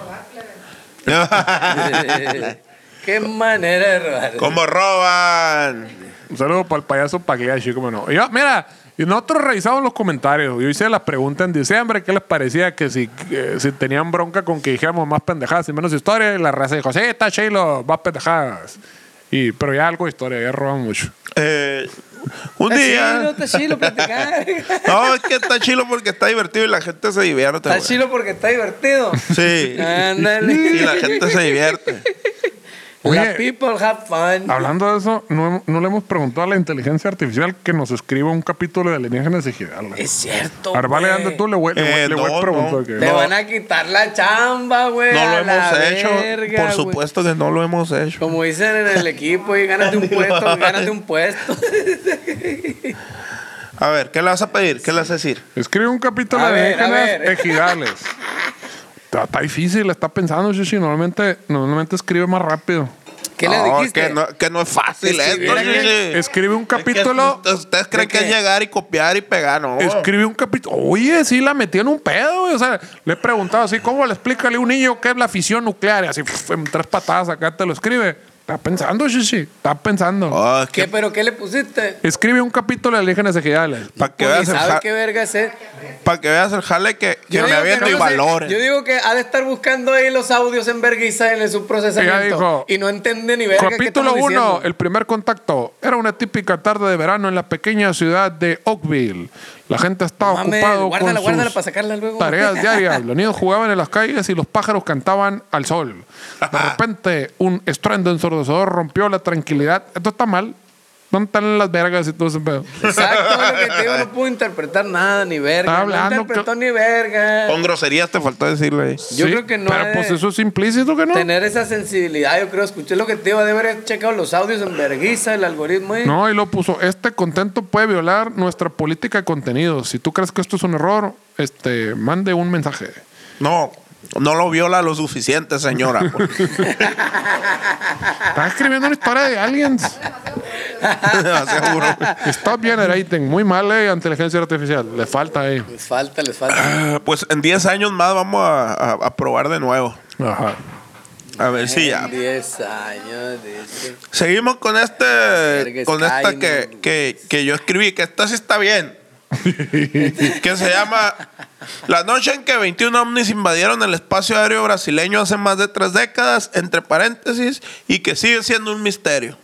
de robar, plebe.
Qué manera de robar.
¿Cómo roban?
Un saludo para el payaso Pagliacci, como no. Y Yo, mira, y nosotros revisamos los comentarios. Yo hice la pregunta en diciembre, ¿qué les parecía? Que si, que si tenían bronca con que dijéramos más pendejadas y menos historia. Y la raza dijo, sí, está chilo, más pendejadas. Y, pero ya algo de historia, ya roban mucho.
Eh, un
Está chilo,
día.
está chilo platicar.
No, es que está chilo porque está divertido y la gente se divierte.
Está
güey.
chilo Ah, porque está divertido.
Sí.
Ándale.
Y la gente se divierte.
Oye. Ah,
La people have fun.
Hablando de eso, no, hem- no le hemos preguntado a la inteligencia artificial que nos escriba un capítulo de alienígenas y Gidal.
Es cierto.
Arvale,
güey.
ande tú, le voy, le voy-
Eh,
le voy
no,
a preguntar.
no.
que-
Te
No.
van a quitar la chamba, güey.
No
a
lo
la
hemos hecho.
verga,
Por
güey.
supuesto que no lo hemos hecho.
Como dicen en el equipo, y gánate un puesto, gánate un puesto.
A ver, ¿qué le vas a pedir? ¿Qué le vas a decir?
Escribe un capítulo
A
de
ver, a
alienígenas
ver.
ejidales. está, está difícil, está pensando, Shishi. Normalmente, normalmente escribe más rápido.
¿Qué
no,
le dijiste?
Que no, que no es fácil esto.
Escribir aquí-
chichi.
Escribe un capítulo.
Es que ¿Ustedes creen
¿De
que es
qué?
llegar y copiar y pegar? No.
Escribe un capítulo. Oye, sí la metió en un pedo, güey. O sea, le he preguntado así, ¿cómo le explícale a un niño qué es la fisión nuclear? Y así, pf, en tres patadas acá te lo escribe. Está pensando, Shishi. Está pensando.
Oh, es
¿Qué,
que
¿Pero qué le pusiste?
Escribe un capítulo de alienígenas ejidales.
para que,
Pues,
veas
ni
el
sabe
ja-
qué verga es. eh.
pa' que veas el jale que, que
Yo
me
digo
aviento
no
y
sé,
valores.
Yo digo que ha de estar buscando ahí los audios en verguiza en su procesamiento.
Ella dijo,
y no entiende ni verga. qué
Capítulo
estamos
1,
diciendo.
el primer contacto. Era una típica tarde de verano en la pequeña ciudad de Oakville. La gente estaba
Mames,
ocupada
guárdala,
con
guárdala
sus
para sacarla luego.
tareas diarias. Los niños jugaban en las calles y los pájaros cantaban al sol. De repente, un estruendo ensordecedor rompió la tranquilidad. Esto está mal. ¿Dónde están las vergas y todo ese pedo?
Exacto, es lo que te digo, no pudo interpretar nada, ni verga.
Está hablando,
no interpretó ni verga.
Con groserías te faltó decirle ahí.
Yo
Sí,
creo que no ha
Pero
de
pues eso es implícito que no.
Tener esa sensibilidad, yo creo, escuché lo que te iba de haber checado los audios en verguiza, el algoritmo. ahí.
No, y lo puso, este contento puede violar nuestra política de contenido. Si tú crees que esto es un error, este, mande un mensaje.
No, no lo viola lo suficiente, señora.
Está escribiendo una historia de aliens.
Seguro.
Stop generating. Muy mal, eh, inteligencia artificial. Le falta, eh.
Les falta, les falta.
Pues en 10 años más vamos a, a- a probar de nuevo.
Ajá.
A ver si ya.
10 años, dice.
Seguimos con este.
Vergas,
Con esta que,
cállenme.
que, que yo escribí, que esta sí está bien. que se llama La noche en que 21 ovnis invadieron el espacio aéreo brasileño hace más de tres décadas, entre paréntesis, y que sigue siendo un misterio.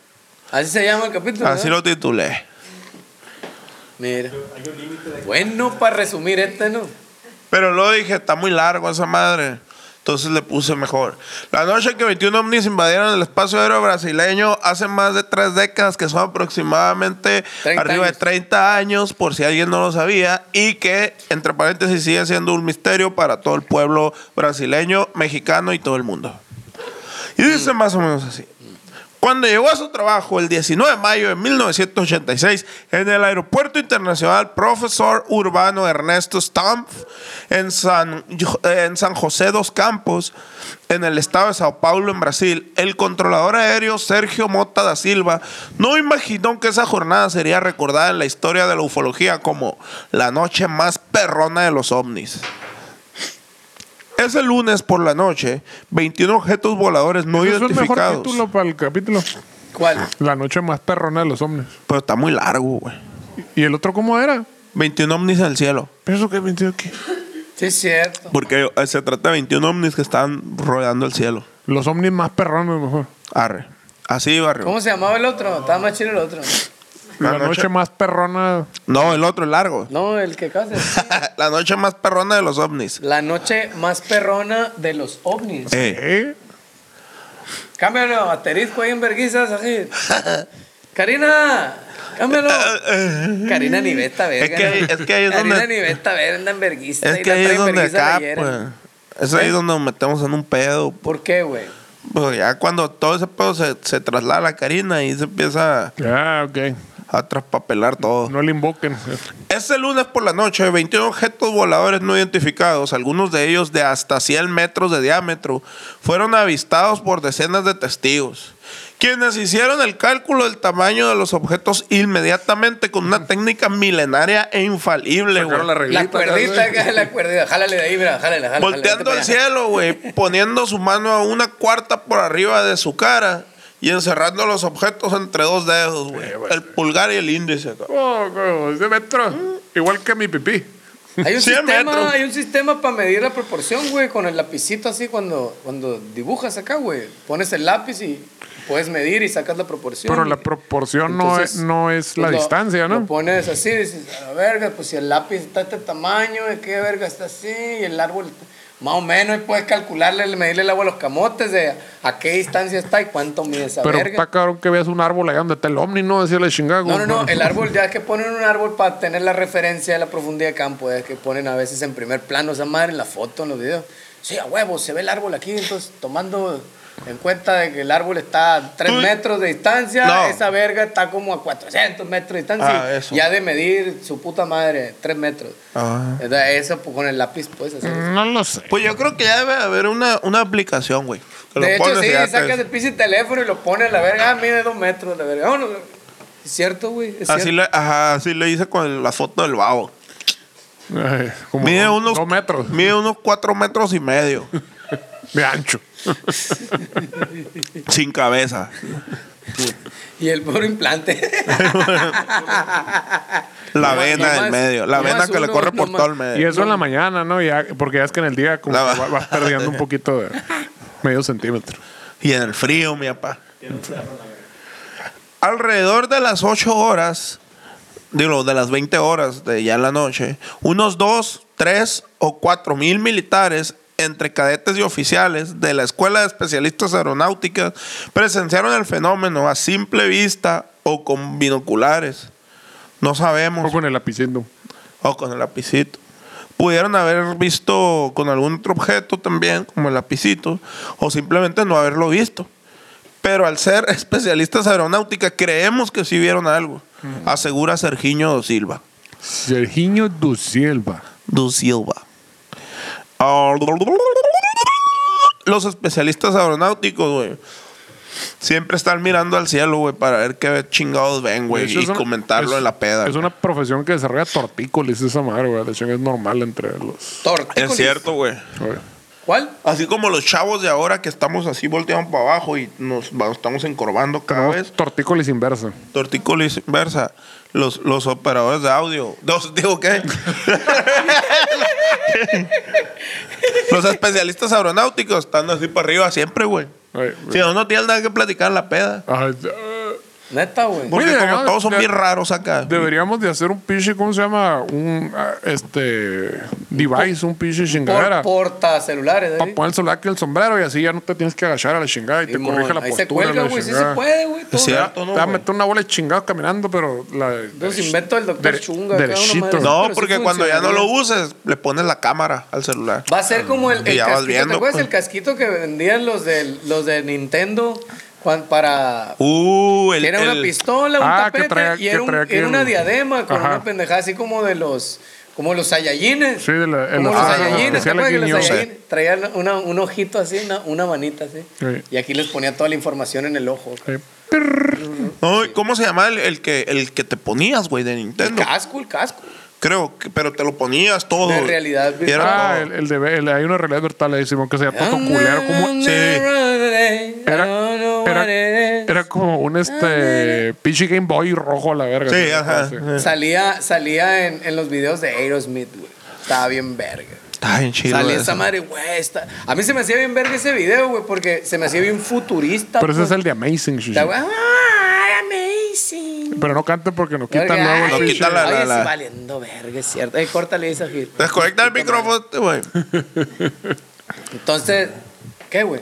Así se llama el capítulo.
Así
¿no?
lo titulé.
Mira. Bueno, para resumir este, ¿no?
Pero luego dije, está muy largo esa madre. Entonces le puse mejor. La noche que 21 ovnis invadieron el espacio aéreo brasileño hace más de tres décadas, que son aproximadamente
30
arriba de
años.
30 años, por si alguien no lo sabía, y que, entre paréntesis, sigue siendo un misterio para todo el pueblo brasileño, mexicano y todo el mundo. Y dice más o menos así. Cuando llegó a su trabajo el 19 de mayo de 1986 en el Aeropuerto Internacional Profesor Urbano Ernesto Stampf en San, Jo- eh, en San José dos Campos, en el estado de Sao Paulo, en Brasil, el controlador aéreo Sergio Mota da Silva no imaginó que esa jornada sería recordada en la historia de la ufología como la noche más perrona de los ovnis. Ese lunes por la noche, 21 objetos voladores no
Ese es el mejor
identificados.
título para el capítulo.
¿Cuál?
La noche más perrona de los hombres.
Pero está muy largo, güey.
¿Y el otro cómo era?
21 ovnis en el cielo.
Pienso que mintió aquí.
Sí, es cierto.
Porque eh, se trata de 21 ovnis que están rodeando el cielo.
Los ovnis más perrones, mejor.
Arre. Así, barrio.
¿Cómo se llamaba el otro? Estaba más chido el otro.
La,
La
noche,
noche-
más perrona.
No, el otro, el largo.
No, el que acabas de decir.
la noche más perrona de los ovnis.
La noche más perrona de los ovnis.
Eh,
¿Eh?
Cámbialo, asterisco ahí en verguizas, así. Karina, cámbialo. Karina ni ve esta verga.
que ahí- es que ahí es
Karina
donde-
ni ve esta verga, anda en verguiza.
es
y
que
la ¿Eh?
ahí
trae
es
en
donde
verguiza
acá,
ayer.
pues. Es ahí donde nos metemos en un pedo.
¿Por qué, güey?
Pues ya cuando todo ese pedo se, se traslada a la Karina y se empieza
Ah, ok.
a traspapelar todo.
No le invoquen.
Ese Este lunes por la noche, 21 objetos voladores no identificados, algunos de ellos de hasta 100 metros de diámetro, fueron avistados por decenas de testigos, quienes hicieron el cálculo del tamaño de los objetos inmediatamente con una técnica milenaria e infalible. güey.
La cuerdita, acá, la cuerdita. Jálale de ahí, mira, jálale, jálale.
Volteando al
jálale, vete para allá.
cielo, güey, poniendo su mano a una cuarta por arriba de su cara y encerrando los objetos entre dos dedos, güey. El pulgar y el índice. cabrón.
Oh, güey, ese metro. Igual que mi pipí.
Hay un,
100 metros.
sistema, hay un sistema para medir la proporción, güey, con el lapicito así cuando, cuando dibujas acá, güey. Pones el lápiz y puedes medir y sacas la proporción.
Pero la
güey.
proporción no es,
Entonces,
no es la
pues, lo-
distancia, ¿no?
Lo pones así, dices, a la verga, pues si el lápiz está de este tamaño, ¿de qué verga está así? Y el árbol, está- más o menos, y puedes calcularle, medirle el agua a los camotes, de a qué distancia está y cuánto mide esa
Pero
verga.
está cabrón que veas un árbol allá donde está el ovni, ¿no? Decirle chingada.
No, no, no,
güey.
el árbol, ya que ponen un árbol para tener la referencia de la profundidad de campo, es que ponen a veces en primer plano esa madre en la foto, en los videos. Sí, a huevo, se ve el árbol aquí, entonces tomando en cuenta de que el árbol está a 3
Tú-
metros de distancia,
No.
esa verga está como a 400 metros de distancia,
Ah,
y
eso.
ya de medir su puta madre, 3 metros.
Ah.
Entonces, Eso pues, con el lápiz puedes hacer. eso.
No lo sé.
Pues yo creo que ya debe haber una, una aplicación, güey. que lo
De hecho,
pones
sí,
y ya te-
sacas el pinche teléfono y lo pones a la verga, ah, mide 2 metros, la verga. Vámonos. Es cierto, güey, es
Así
cierto.
le, ajá, así le hice con el- la foto del babo.
Ay, como
Mide
dos-
unos,
Dos metros
Mide unos cuatro metros y medio.
de ancho.
sin cabeza.
Y el puro implante.
La
Nomás-
vena del
nomás-
medio. La
nomás
vena que le
uno,
corre por
nomás-
todo el medio.
Y eso en la mañana, ¿no? Ya, porque ya es que en el día como
La-
que va- vas perdiendo un poquito de medio centímetro.
Y en el frío, mi papá. Alrededor de las 8 horas, digo, de las 20 horas de ya en la noche, unos 2, 3 o 4 mil militares, entre cadetes y oficiales de la Escuela de Especialistas Aeronáuticas, presenciaron el fenómeno a simple vista o con binoculares. No sabemos.
O con el lapicito.
O con el lapicito. Pudieron haber visto con algún otro objeto también, como el lapicito, o simplemente no haberlo visto. Pero al ser especialistas aeronáutica, creemos que sí vieron algo. Asegura Sergiño do Silva.
Serginho do Silva.
Do Silva. Ah, Los especialistas aeronáuticos, güey. Siempre están mirando al cielo, güey, para ver qué chingados ven, güey.
De hecho,
Y
es una-
comentarlo
es-
en la peda.
Es una profesión que desarrolla tortícolis esa madre, güey. De hecho, es normal entre los.
Tortícolis.
Es cierto, güey.
güey.
¿Cuál?
Así como los chavos de ahora que estamos así volteando para abajo y nos va- estamos encorvando cada vez.
Tortícolis inversa.
Tortícolis inversa. Los, los operadores de audio. Dos, digo qué. los especialistas aeronáuticos están así para arriba siempre, güey.
Ay,
Si no, no tienen nada que platicar en la peda.
Ay, ah.
Neta, güey.
Porque
Mira,
como
no,
todos son
de-
bien raros acá.
Deberíamos de hacer un pinche, ¿cómo se llama? Un ah, este device, un pinche chingadera.
Por, eh. porta celulares.
Para
pues,
poner el celular que el sombrero y así ya no te tienes que agachar a la chingada y te corrige la
Ahí
postura.
se cuelga,
la
güey. Sí se
chingada.
puede, güey. todo.
Es
Te
cierto. ¿no,
va a
güey?
meter una bola de chingados caminando, pero la.
Los inventos del doctor
dere-
Chunga, acá, una
Derechito.
madre.
no,
pero sí
porque cuando ya no lo
funciona.
uses, le pones la cámara al celular.
Va a ser como el,
Y
el
ya vas
casquito.
viendo,
¿Te acuerdas
pues.
el casquito que vendían los de, los de Nintendo cuan- para...
Uh, el,
que era
el-
una pistola, un
Ah, que
tapete
traía-
y era,
que
un-
traía aquí
era una
el-
diadema con
Ajá.
una pendejada así como de los... Como los Saiyajines.
Sí, de la- de
como
los-
los
ah,
Saiyajines. ¿Te
especiales
acuerdas que los
guiños.
Saiyajines traían una- un ojito así, una, una manita así?
Sí.
Y aquí les ponía toda la información en el ojo.
Sí. Pirr.
No, ¿y ¿cómo se llama el, el que, el que te ponías, güey, de
El
Nintendo?
casco, el casco.
Creo, que, pero te lo ponías todo.
De
güey.
realidad
Y era oh,
Ah,
todo.
el,
Ah,
el de el- hay una realidad virtual ahí, Simón, que se llama Toto Culero. ¿Cómo?
Sí.
Era,
know
Era,
what it is.
era como un
Ah,
este pinche Game Boy rojo a la verga. así,
Sí, ajá.
así.
Salía, salía en, en los videos de Aerosmith, güey. Estaba bien verga.
Está bien chido.
Salía
eso.
esa madre, güey. está- A mí se me hacía bien verga ese video, güey, porque se me hacía bien futurista.
Pero ese
pues.
es el de Amazing, Shushi.
Está, güey, "Ah, amazing.
Pero no cante porque nos quitan
Verga, ah,
luego el
ay,
Nos
pinche-
quita la-
oye,
la- la-
sí, valiendo verga, es cierto. Ey, córtale esa Gil.
Desconecta el micrófono, este güey.
Entonces, ¿qué, güey?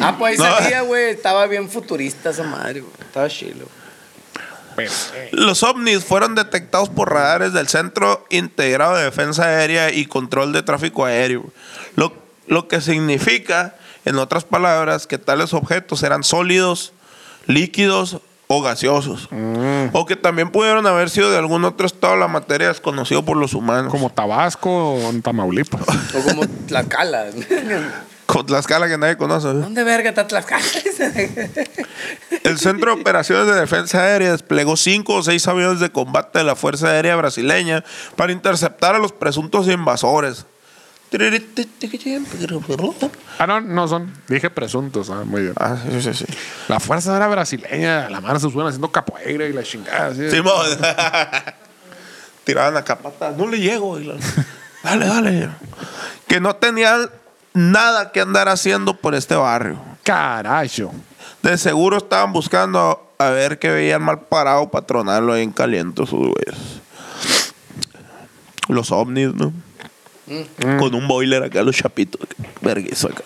Ah, pues ahí
No.
salía, güey. Estaba bien futurista esa madre, güey. Estaba chilo.
Los ovnis fueron detectados por radares del Centro Integrado de Defensa Aérea y Control de Tráfico Aéreo. Lo, lo que significa, en otras palabras, que tales objetos eran sólidos, líquidos o gaseosos.
Mm.
O que también pudieron haber sido de algún otro estado de la materia desconocido por los humanos.
Como Tabasco o en Tamaulipas.
O como Tlaxcala.
Con la escala que nadie conoce. ¿eh?
¿Dónde verga está Tlaxcala?
El Centro de Operaciones de Defensa Aérea desplegó cinco o seis aviones de combate de la Fuerza Aérea Brasileña para interceptar a los presuntos invasores.
ah, no, no son. Dije presuntos. Ah, muy bien.
Ah, sí, sí, sí.
La fuerza era brasileña. La mano se suena haciendo capoeira y la chingada. así.
Simón. Tiraban a capata. No le llego. Y la- Dale, dale. Que no tenían nada que andar haciendo por este barrio.
Carajo.
De seguro estaban buscando a ver qué veían mal parado para tronarlo ahí en caliente esos güeyes. Los ovnis, ¿no? Con un boiler acá, los chapitos. Verguizo acá.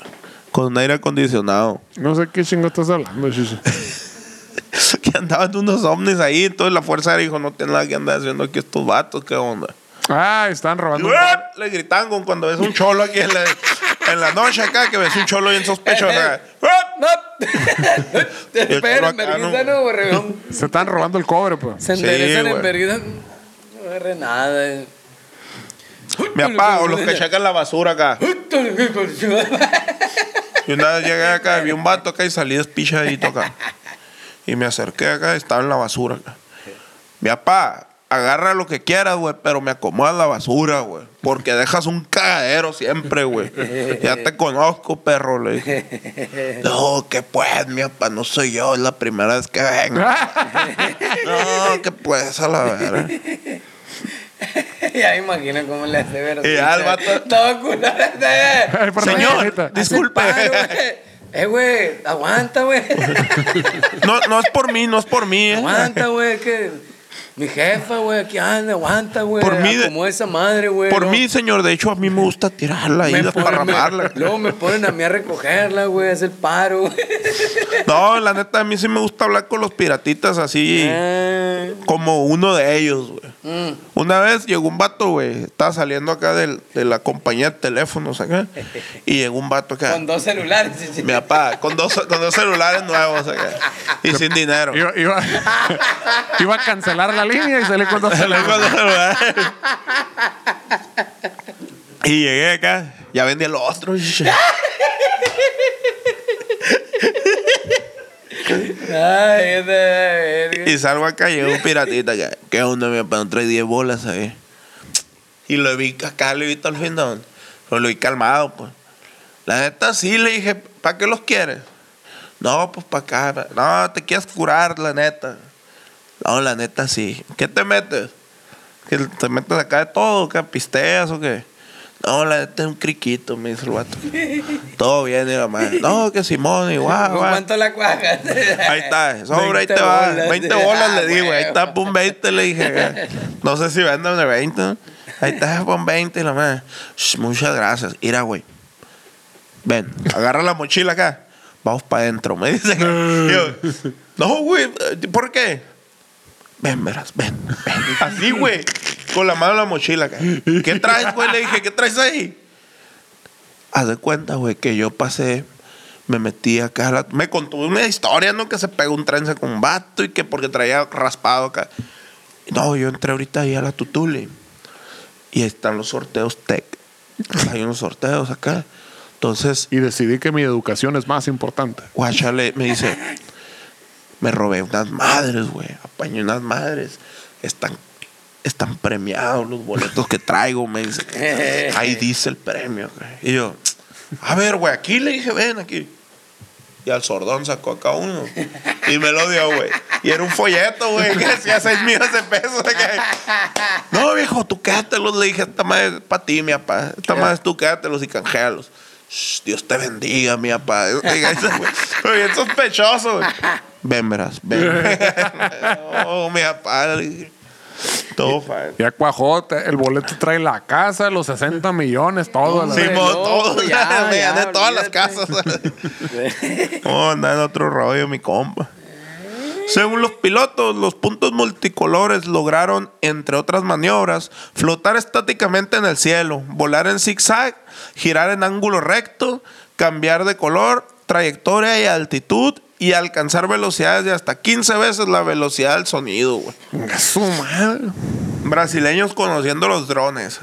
Con un aire acondicionado.
No sé qué chingo estás hablando, Shushi.
que andaban unos ovnis ahí. Entonces la fuerza aérea dijo, no tiene nada que andar haciendo aquí estos vatos, ¿qué onda?
Ah, están
Y,
robando.
¡ah! Le gritan con cuando ves un cholo aquí en la, en la noche acá, que ves un cholo bien sospechoso. acá. ¡Ah!
No. Esperen,
Tlaxcala,
vergüenza
no.
no, borregón.
Se están robando el cobre, pues.
Se
Sí,
enderezan en
güey.
vergüenza. No agarre nada. eh.
Mi papá, o los que sacan la basura acá. Y una vez llegué acá, vi un vato acá y salí despichadito acá. Y me acerqué acá, estaba en la basura acá. Mi papá, agarra lo que quieras, güey, pero me acomoda la basura, güey. Porque dejas un cagadero siempre, güey. Ya te conozco, perro, le dije. No, que pues, mi papá, no soy yo, es la primera vez que vengo. No, que pues, a la verga.
ya imagino cómo le hace ver.
Y ya el vato-
No, culada.
Por la
Señor,
tarjeta.
dis- disculpe.
Eh, güey, aguanta, güey.
No, no es por mí, no es por mí. eh.
aguanta, güey, que mi jefa, güey, aquí anda, aguanta, güey.
Por mí de-
Como esa madre, güey.
Por
no.
mí, señor, de hecho, a mí me gusta tirarla
Me
y
ponen-
desparramarla.
Luego me ponen a mí a recogerla, güey, hace el paro. güey.
No, la neta, a mí sí me gusta hablar con los piratitas así,
Ah,
como uno de ellos, güey.
Mm.
Una vez llegó un vato, güey, estaba saliendo acá del- de la compañía de teléfonos acá, y llegó un vato acá,
Con dos celulares.
mi papá, con dos, con dos celulares nuevos acá, y sin dinero.
Iba, iba- iba a cancelar la línea y se le contó.
Se le fue con dos celulares. Y llegué acá, ya vendí el otro.
Ay, es de verga.
Y salgo acá, llega un piratita que, ¿qué onda, mi papá? No trae 10 bolas ahí. Y lo vi acá, lo vi todo el final. Pero lo vi calmado, pues. La neta sí le dije, ¿para qué los quieres? No, pues para acá. pa- No, te quieres curar, la neta. No, la neta sí. ¿Qué te metes? ¿Que te metes acá de todo? ¿Que pisteas o qué? No, la neta es un criquito, me dice el vato. todo bien, y la madre. No, que Simón, igual,
¿Con
guau.
¿Cuánto la cuajas?
Ahí está, sobre ahí te
20
va.
bolas.
20 bolas
Ah,
le di, güey. Ahí está,
huevo.
pon 20, le dije. No sé si venden de 20. ¿no? Ahí está, pon 20 y la madre. "Sh, Muchas gracias. Mira, güey. Ven, agarra la mochila acá. Vamos para adentro, me dice. Yo, no, güey, ¿por qué? Ven, verás, ven, ven. Así, güey, con la mano en la mochila acá. ¿Qué traes, güey? Le dije, ¿qué traes ahí? Haz de cuenta, güey, que yo pasé, me metí acá, a la- me contó una historia, ¿no? Que se pegó un trance con un vato y que porque traía raspado acá. No, yo entré ahorita ahí a la Tutuli y están los sorteos tech. Hay unos sorteos acá. Entonces,
Y decidí que mi educación es más importante.
guachale, me dice, me robé unas madres, güey, apañé unas madres. Están, están premiados los boletos que traigo, me dice. Ahí dice el premio, güey. Y yo, a ver, güey, aquí le dije, ven aquí. Y al sordón sacó acá uno. Y me lo dio, güey. Y era un folleto, güey, que decía 6 millones de pesos. de que- No, viejo, tú quédatelos. Le dije, esta madre es para ti, mi papá. Esta madre es tú quédatelos y canjealos. Shh, Dios te bendiga, mi papá. Oiga, ese güey, Fue bien sospechoso, güey. Ven, verás, ven. no, mi papá. le dije, Todo fine.
Ya cuajote, el boleto trae la casa, los 60 millones, todo. la-
Sí,
Hombre,
mo-
no,
todo,
ya,
ya, me
ya,
gané todas las
olvídate.
casas. oh, anda en otro rollo, mi compa. Según los pilotos, los puntos multicolores lograron, entre otras maniobras, flotar estáticamente en el cielo, volar en zigzag, girar en ángulo recto, cambiar de color, trayectoria y altitud y alcanzar velocidades de hasta 15 veces la velocidad del sonido, güey.
Venga, su madre.
Brasileños conociendo los drones.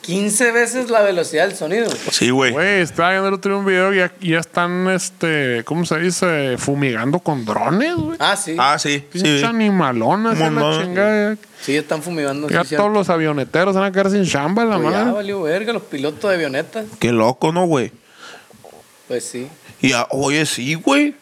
15 veces la velocidad del sonido.
Sí, güey.
Güey, estaba viendo el otro día un video y ya, y ya están, este, ¿cómo se dice? Fumigando con drones, güey.
Ah, sí.
Ah, sí.
Pinche
sí.
animalonas, ya la
Mono-
chingada. ya-
Sí, están fumigando.
Ya todos
sí, cierto.
los avioneteros van a quedar sin chamba, la
Pues ya
madre.
valió verga los pilotos de avionetas.
Qué loco, ¿no, güey?
Pues sí.
Y a- oye, sí, güey.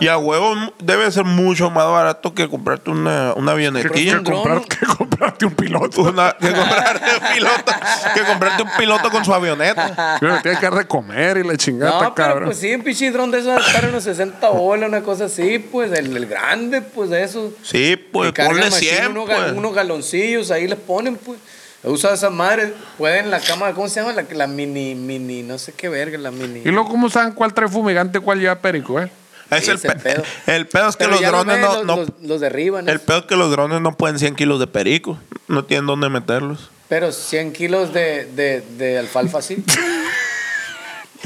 Y a huevo m- debe ser mucho más barato que comprarte una, una avionetilla.
Que,
un
Que,
dron,
comprar,
¿no?
que comprarte un piloto.
una- que comprarte un piloto. Que comprarte un piloto con su avioneta.
Yo le tiene que dar de comer y la chingada,
Ah. No, pero
cabrón.
pues sí, un pinche dron de esos va a estar unos 60 bolas, una cosa así, pues el, el grande, pues de esos.
Sí, pues
Que cargan
ponle
machín
100,
unos, ga-
pues.
unos galoncillos, ahí les ponen, pues. Usa esas madres, pueden la cama, ¿cómo se llama? La, la mini, mini, no sé qué verga, la mini.
Y luego, ¿cómo saben cuál trae fumigante, cuál lleva perico, eh?
Es
Sí,
el,
ese
pe-
pedo.
el pedo es que
Pero
los
ya los
drones
ven,
no...
los,
no-
los- los derriban.
el
eso.
pedo es que los drones no pueden 100 kilos de perico. No tienen dónde meterlos.
Pero 100 kilos de, de, de alfalfa, sí.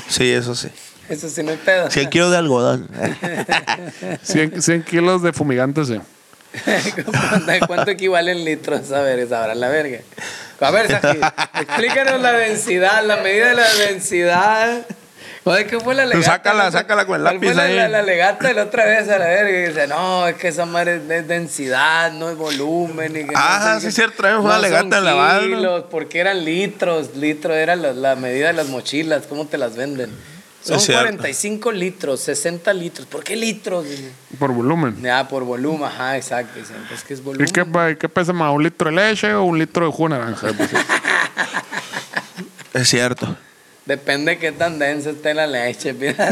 Sí, eso sí.
Eso sí, no hay pedo.
100 kilos de algodón.
100, 100 kilos de fumigante, sí.
¿Cuánto- ¿Cuánto equivalen litros? A ver, sabrá la verga. A ver, Saji, explícanos la densidad, la medida de la densidad. Joder, ¿qué fue la legata?
Sácala, sácala con el
¿Cuál fue
lápiz
la-
ahí.
La, la legata de la otra vez a la verga. Y dice, no, es que esa madre es de densidad, no es volumen. Y que
Ah,
no sé
sí,
qué.
cierto, traemos una
son
legata en la barra.
kilos, Porque eran litros, litro era la, la medida de las mochilas, ¿cómo te las venden? Son
Es cierto.
45 litros, 60 litros. ¿Por qué litros? Dice.
Por volumen.
Ya, por volumen, ajá, exacto. Dicen, es que es
¿Y
volumen.
qué, pa- qué pesa más? ¿Un litro de leche o un litro de jugo de naranja? Pues, sí.
es cierto.
Depende de qué tan densa esté la leche. mira.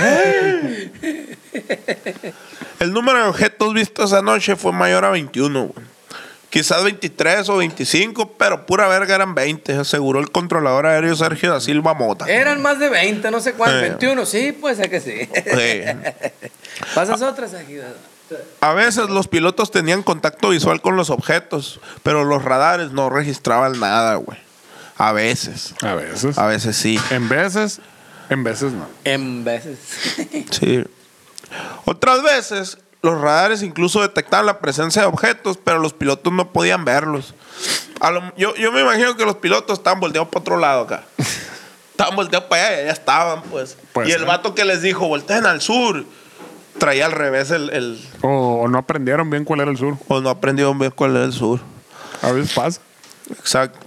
¿Eh? El número de objetos vistos anoche fue mayor a 21, güey. Quizás 23 o 25, pero pura verga eran 20, aseguró el controlador aéreo Sergio da Silva Mota.
Eran más de 20, no sé cuánto,
Sí.
21, sí, puede ser que sí.
Eh. Sí.
Pasas otras aquí. ¿verdad?
A veces los pilotos tenían contacto visual con los objetos, pero los radares no registraban nada, güey. A veces.
A veces.
A veces sí.
En veces, en veces no.
En veces.
Sí. Otras veces, los radares incluso detectaban la presencia de objetos, pero los pilotos no podían verlos. A lo- yo, yo me imagino que los pilotos estaban volteados para otro lado acá. estaban volteados para allá, y allá estaban, pues.
Pues,
y el
¿no?
vato que les dijo, volteen al sur, traía al revés el. el-
O, o no aprendieron bien cuál era el sur.
o no aprendió bien cuál era el sur.
A veces pasa.
Exacto.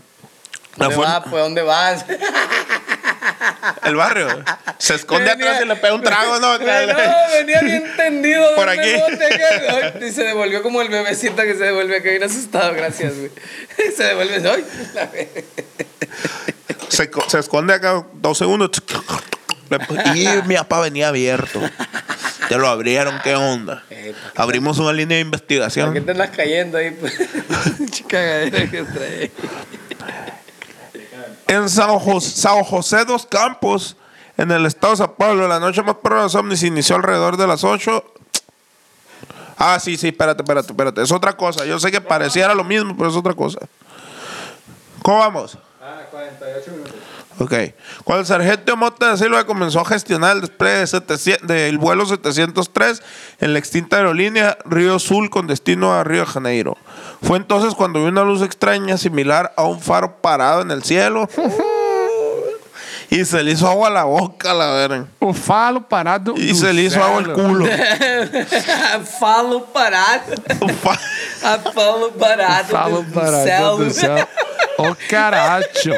La
¿Dónde
forma-
vas? Pues, ¿dónde vas?
el barrio. Se esconde
Venía-
atrás y le pega un trago, ¿no? Acá le-
No, venía bien tendido. de
Por
un
aquí.
rebote acá. Ay, Y se devolvió como el bebecito que se devuelve acá bien asustado, gracias, güey. Se devuelve, ay, la verga.
se, co- se esconde acá dos segundos. Y mi papá venía abierto. Te lo abrieron, ¿qué onda?
Eh, ¿para
Abrimos una línea de
¿Por qué
investigación.
te andas cayendo ahí? pues? Cagadera que trae.
En San José, San José dos Campos, en el estado de San Pablo, la noche más perra de los ovnis inició alrededor de las 8. Ah, sí, sí, espérate, espérate, espérate. Es otra cosa. Yo sé que pareciera lo mismo, pero es otra cosa. ¿Cómo vamos?
Ah, 48 minutos.
Ok. Cuando el sargento Mota de Silva comenzó a gestionar el despliegue de 700 del vuelo 703 en la extinta aerolínea Río Azul con destino a Río de Janeiro. Fue entonces cuando vio una luz extraña similar a un faro parado en el cielo. y se le hizo agua a la boca, la verga.
O falo parado.
Y se le hizo agua al culo.
Falo parado.
Un fa-
A Falo parado.
Falo
do
parado
céu.
do céu. Oh, caracho.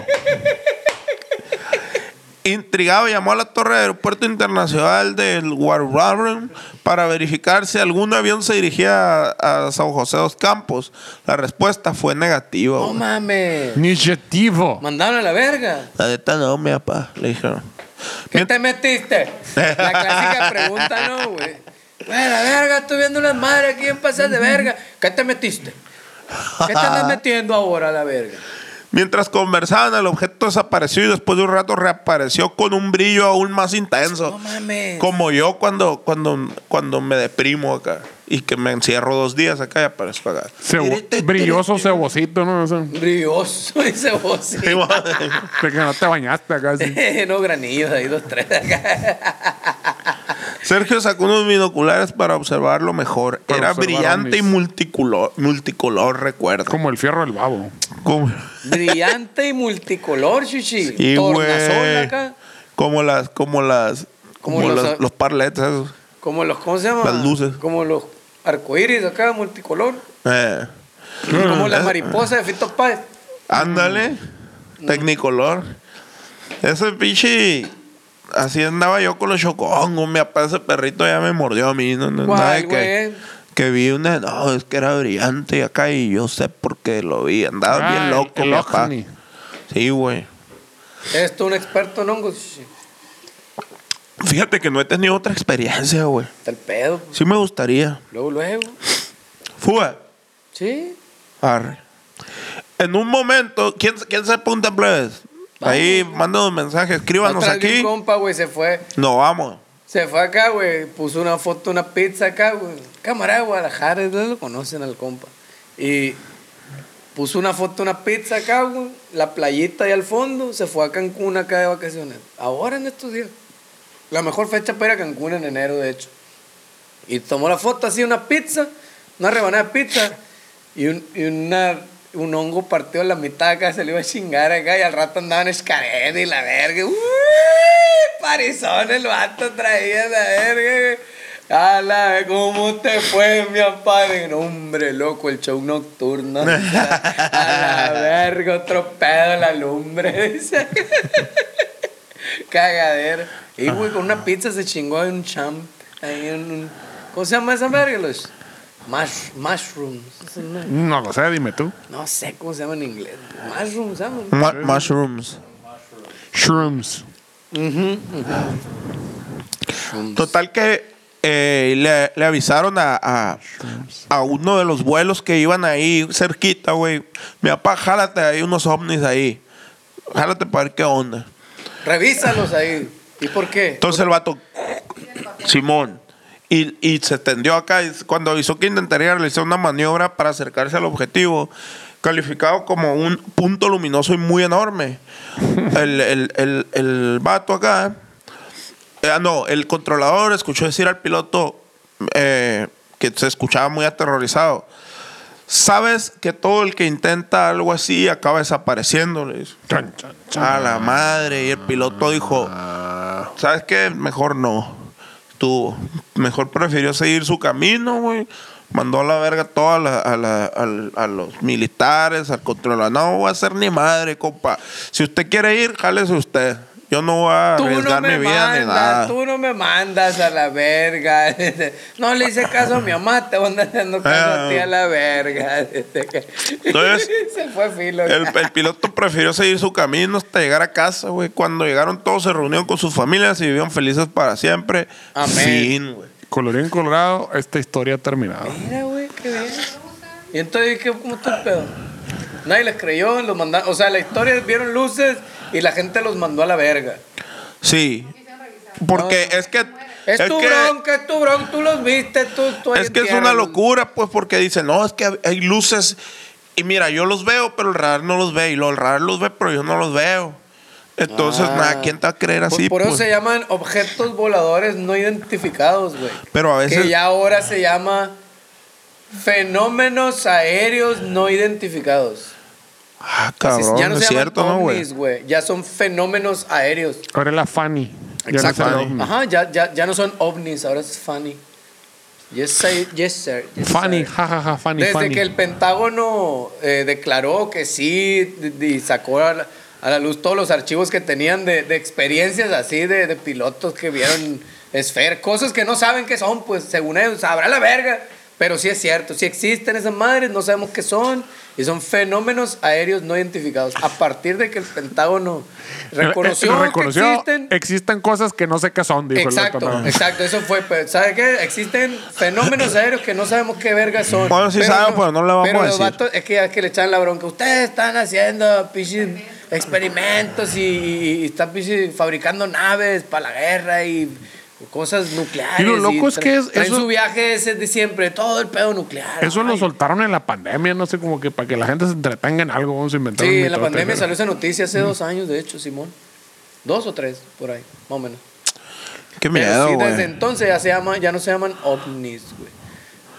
Intrigado, llamó a la torre del aeropuerto internacional del Warwarren para verificar si algún avión se dirigía a, a San José dos Campos. La respuesta fue negativa.
No
güey.
mames.
Iniciativo.
Mandaron a la verga.
La neta no, mi papá, le dijeron.
¿Qué te metiste? La clásica pregunta, ¿no, güey? Güey, la verga, estoy viendo una madre aquí en pasar de verga. ¿Qué te metiste? ¿Qué te andas metiendo ahora a la verga?
Mientras conversaban, el objeto desapareció y después de un rato reapareció con un brillo aún más intenso.
No mames.
Como yo cuando, cuando, cuando me deprimo acá y que me encierro dos días acá y aparezco acá.
Cebo- brilloso cebocito, ¿no? O sea,
Brioso, dice vos. sí.
Sí, madre.
de que no te bañaste acá. sí.
no, granillos, ahí dos, tres.
Sergio sacó unos binoculares para observarlo mejor.
Para
Era
observar
brillante y
ovnis.
multicolor, multicolor recuerdo.
Como el fierro del babo.
Como-
Brillante y multicolor, chichi.
Sí,
Tornasol
güey.
acá.
Como las, como las,
Como
como,
los-
las- los parletes esos.
Como los, ¿cómo se llama?
Las luces.
Como los arcoíris acá, multicolor.
Eh,
Como las mariposas Mm. de Fito Páez.
Ándale. Tecnicolor. Ese pinche. Así andaba yo con los chocongos. Mi papá, ese perrito ya me mordió a mí. No, no,
¿Cuál,
nada de que,
güey? eh.
que vi una. No, es que era brillante y acá y yo sé por qué lo vi. Andaba
Ah,
bien loco,
el
mi papá.
ovni.
Sí, güey.
¿Eres tú un experto Pues, en hongos? chichi?
Fíjate que no he tenido otra experiencia, güey.
Está el pedo. pues.
Sí me gustaría.
Luego, luego.
Fuga.
Sí.
Arre. En un momento, ¿quién, quién se apunta, plebes? Ahí, mándanos mensajes, escríbanos
Otra vez
aquí.
un compa, güey, se fue.
No, vamos.
Se fue acá, güey. Puso una foto, una pizza acá, güey. Cámara de Guadalajara, ustedes lo conocen al compa. Y puso una foto, una pizza acá, güey. La playita ahí al fondo. Se fue a Cancún acá de vacaciones. Ahora en estos días. La mejor fecha para ir a Cancún en enero, de hecho. Y tomó la foto así, una pizza, una rebanada de pizza. Y, un, y una, un hongo partió a la mitad acá, se le iba a chingar acá. Y al rato andaban escarete y la verga. ¡Uy! Parizón el vato traía la verga. güey. A la verga, ¿cómo te fue, mi padre? No, hombre, loco, el show nocturno. A la verga, otro pedo, la lumbre. Dice. Cagadero. Y, güey, con una pizza se chingó en un champ. Ahí en un... ¿Cómo se llama esa verga, Luis? Mush, mushrooms. Es una-
No lo sé, dime tú.
No sé cómo se llama en inglés. Mushrooms, ¿sabes?
Ma- mushrooms.
Shrooms.
Total que eh, le, le avisaron a, a, a uno de los vuelos que iban ahí cerquita, güey. Mi papá, jálate, hay unos ovnis ahí. Jálate para ver qué onda.
Revísalos ahí. ¿Y por qué?
Entonces el vato, Simón, y, y se tendió acá. y Cuando avisó que intentaría realizar una maniobra para acercarse al objetivo, calificado como un punto luminoso y muy enorme, el, el, el, el vato acá, eh, ah, no, el controlador escuchó decir al piloto eh, que se escuchaba muy aterrorizado. Sabes que todo el que intenta algo así acaba desapareciendo, le dice.
Chan, chan, chan.
A la madre. Y el piloto dijo, ¿sabes qué? Mejor no. Estuvo. Mejor prefirió seguir su camino, güey. Mandó a la verga toda la- a, la- al- a los militares, al controlador. No voy a hacer ni madre, compa. Si usted quiere ir, jálese usted. Yo no voy a
Tú no
arriesgar
me
mi vida ni nada.
mandas, tú no me mandas a la verga. No le hice caso a mi mamá, te voy a andar haciendo caso a ti a la verga.
Entonces,
Se fue filo.
El, el piloto prefirió seguir su camino hasta llegar a casa, güey. Cuando llegaron todos se reunieron con sus familias y vivieron felices para siempre.
Amén.
Fin, güey.
Colorín colorado, esta historia ha terminado.
Mira, güey, qué bien. Y entonces, ¿qué, ¿cómo está el pedo? Nadie les creyó, los mandaron. O sea, la historia vieron luces y la gente los mandó a la verga.
Sí. Porque es que.
Es, tu
que,
bronca, es tu bronca, tú los viste, tú, tú ahí
es que es
entierras.
una locura, pues, porque dicen, no, es que hay luces. Y mira, yo los veo, pero el radar no los ve. Y luego el radar los ve, pero yo no los veo. Entonces,
Ah.
nada, ¿quién te va a creer
Por-
así?
por, eso
pues?
se llaman objetos voladores no identificados, güey.
Pero a veces-
Que ya ahora se llama fenómenos aéreos no identificados.
Ah,
Así-
cabrón,
ya no
es
se llaman
cierto, ¿no, güey?
ovnis, güey. Ya son fenómenos aéreos.
Ahora es la Fanny. Ya no
Exacto.
es el ovni.
Ajá, ya, ya, ya no son ovnis, ahora es funny. Yes, sir. Yes, sir. Yes,
Fanny,
sir.
jajaja, Fanny,
Desde
Fanny.
que el Pentágono eh, declaró que sí d- d- y sacó a la- a la luz todos los archivos que tenían de, de experiencias así, de, de pilotos que vieron Sphere, cosas que no saben qué son, pues según ellos, sabrá la verga. Pero sí es cierto, sí existen esas madres, no sabemos qué son, y son fenómenos aéreos no identificados. A partir de que el Pentágono reconoció,
Eh, eh, reconoció,
que existen.
Existen cosas que no sé qué son, dijo el vato,
Exacto,
¿no?
exacto, eso fue. pues, ¿Sabe qué? Existen fenómenos aéreos que no sabemos qué verga son.
Bueno, sí saben,
pues,
pero no le vamos
pero
a
los
decir.
vatos- es que es que le echan la bronca. Ustedes están haciendo pinches experimentos y, y- y están pinches fabricando naves para la guerra y cosas nucleares.
Y lo loco es
tra-
que es-
traen
eso-
su viaje ese de siempre, todo el pedo nuclear.
Eso lo
Ay,
soltaron en la pandemia, no sé, como que para que la gente se entretenga en algo, vamos a inventar un
Sí, en la
mitote,
pandemia
pero-
salió esa noticia hace dos años, de hecho, Simón. Dos o tres, por ahí, más o menos.
Qué
Pero
miedo,
sí,
güey.
desde entonces ya, se llama, ya no se llaman ovnis, güey.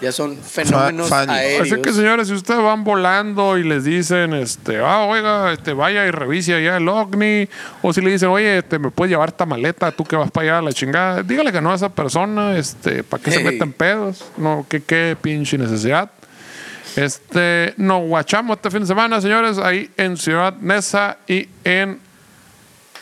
Ya son fenómenos
Fa- fani.
aéreos.
Así Pues que señores, si ustedes van volando y les dicen, este, ah, oiga, este, vaya y revise allá el ovni, o si le dicen, oye, este, me puedes llevar esta maleta, tú que vas para allá, la chingada, dígale que no a esa persona, este, ¿para qué se
Hey.
meten pedos? No, que qué pinche necesidad. Este, nos guachamos este fin de semana, señores, ahí en Ciudad Neza y en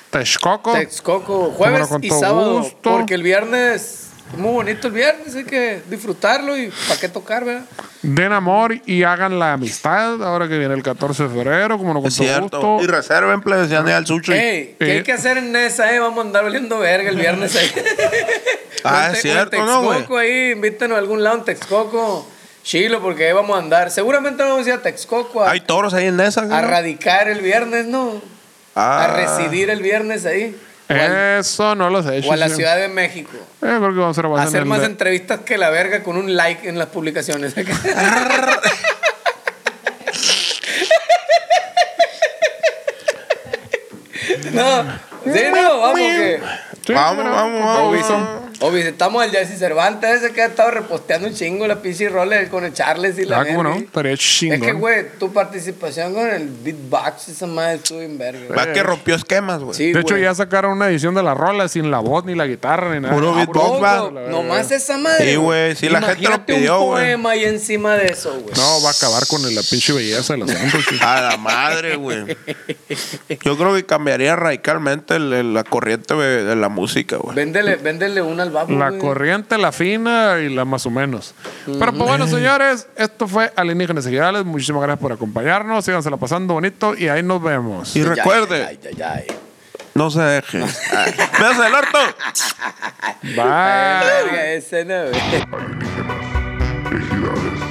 Texcoco.
Texcoco, jueves
Bueno, con
y
todo
sábado.
gusto.
Porque el viernes, muy bonito el viernes, hay que disfrutarlo y para qué tocar, ¿verdad?
Den amor y hagan la amistad ahora que viene el 14 de febrero, como no con
Es
todo
cierto.
gusto.
Y reserven, plebesian, al sushi.
Ey, ¿qué
Eh.
hay que hacer en esa, eh? Vamos a andar oliendo verga el viernes ahí.
Ah,
O en
es
Te-
cierto,
o en
¿no, güey?
Texcoco ahí, invítenos a algún lado en Texcoco, Chilo, porque ahí vamos a andar. Seguramente vamos a ir a Texcoco a,
Hay toros ahí en esa,
a
güey.
radicar el viernes, ¿no?
Ah. Eh,
A residir el viernes ahí. O al-
Eso no lo sé.
O a la
sí.
Ciudad de México.
Eh, creo que vamos a hacer, más en
Hacer
el
más
de-
entrevistas que la verga con un like en las publicaciones. no, sí, no, vamos que.
Sí,
Vamos,
bueno,
vamos,
con
vamos.
todo
O,
gusto.
visi- o visitamos al Jesse Cervantes, ese que ha estado reposteando un chingo la pinche rola con el Charles y la
Ah, cómo
verga.
no, estaría chingón.
Es que, güey, tu participación con el beatbox, esa madre estuvo en verga.
Va que rompió esquemas, güey.
Sí,
de hecho,
güey.
ya sacaron una edición de la rola sin la voz, ni la guitarra, ni nada.
Puro
Ah,
beatbox.
Todo,
Bomba.
nomás esa madre.
Sí, güey, sí, la gente lo
Imagínate
pidió,
un
güey.
poema ahí encima de eso, güey.
No, va a acabar con la pinche belleza del asunto. sí.
A la madre, güey. Yo creo que cambiaría radicalmente el- el- la corriente de, de la música, güey.
Véndele, véndele una al babo,
La
güey.
corriente, la fina y la más o menos. Pero pues bueno, señores, esto fue Alienígenas Ejidales. Muchísimas gracias por acompañarnos. Sígansela pasando bonito y ahí nos vemos.
Y
Ya,
recuerde,
ya, ya, ya, ya.
no se deje. ¡Véase el harto!
Bye.
Verga, ese no, güey.
Alienígenas, ejidales.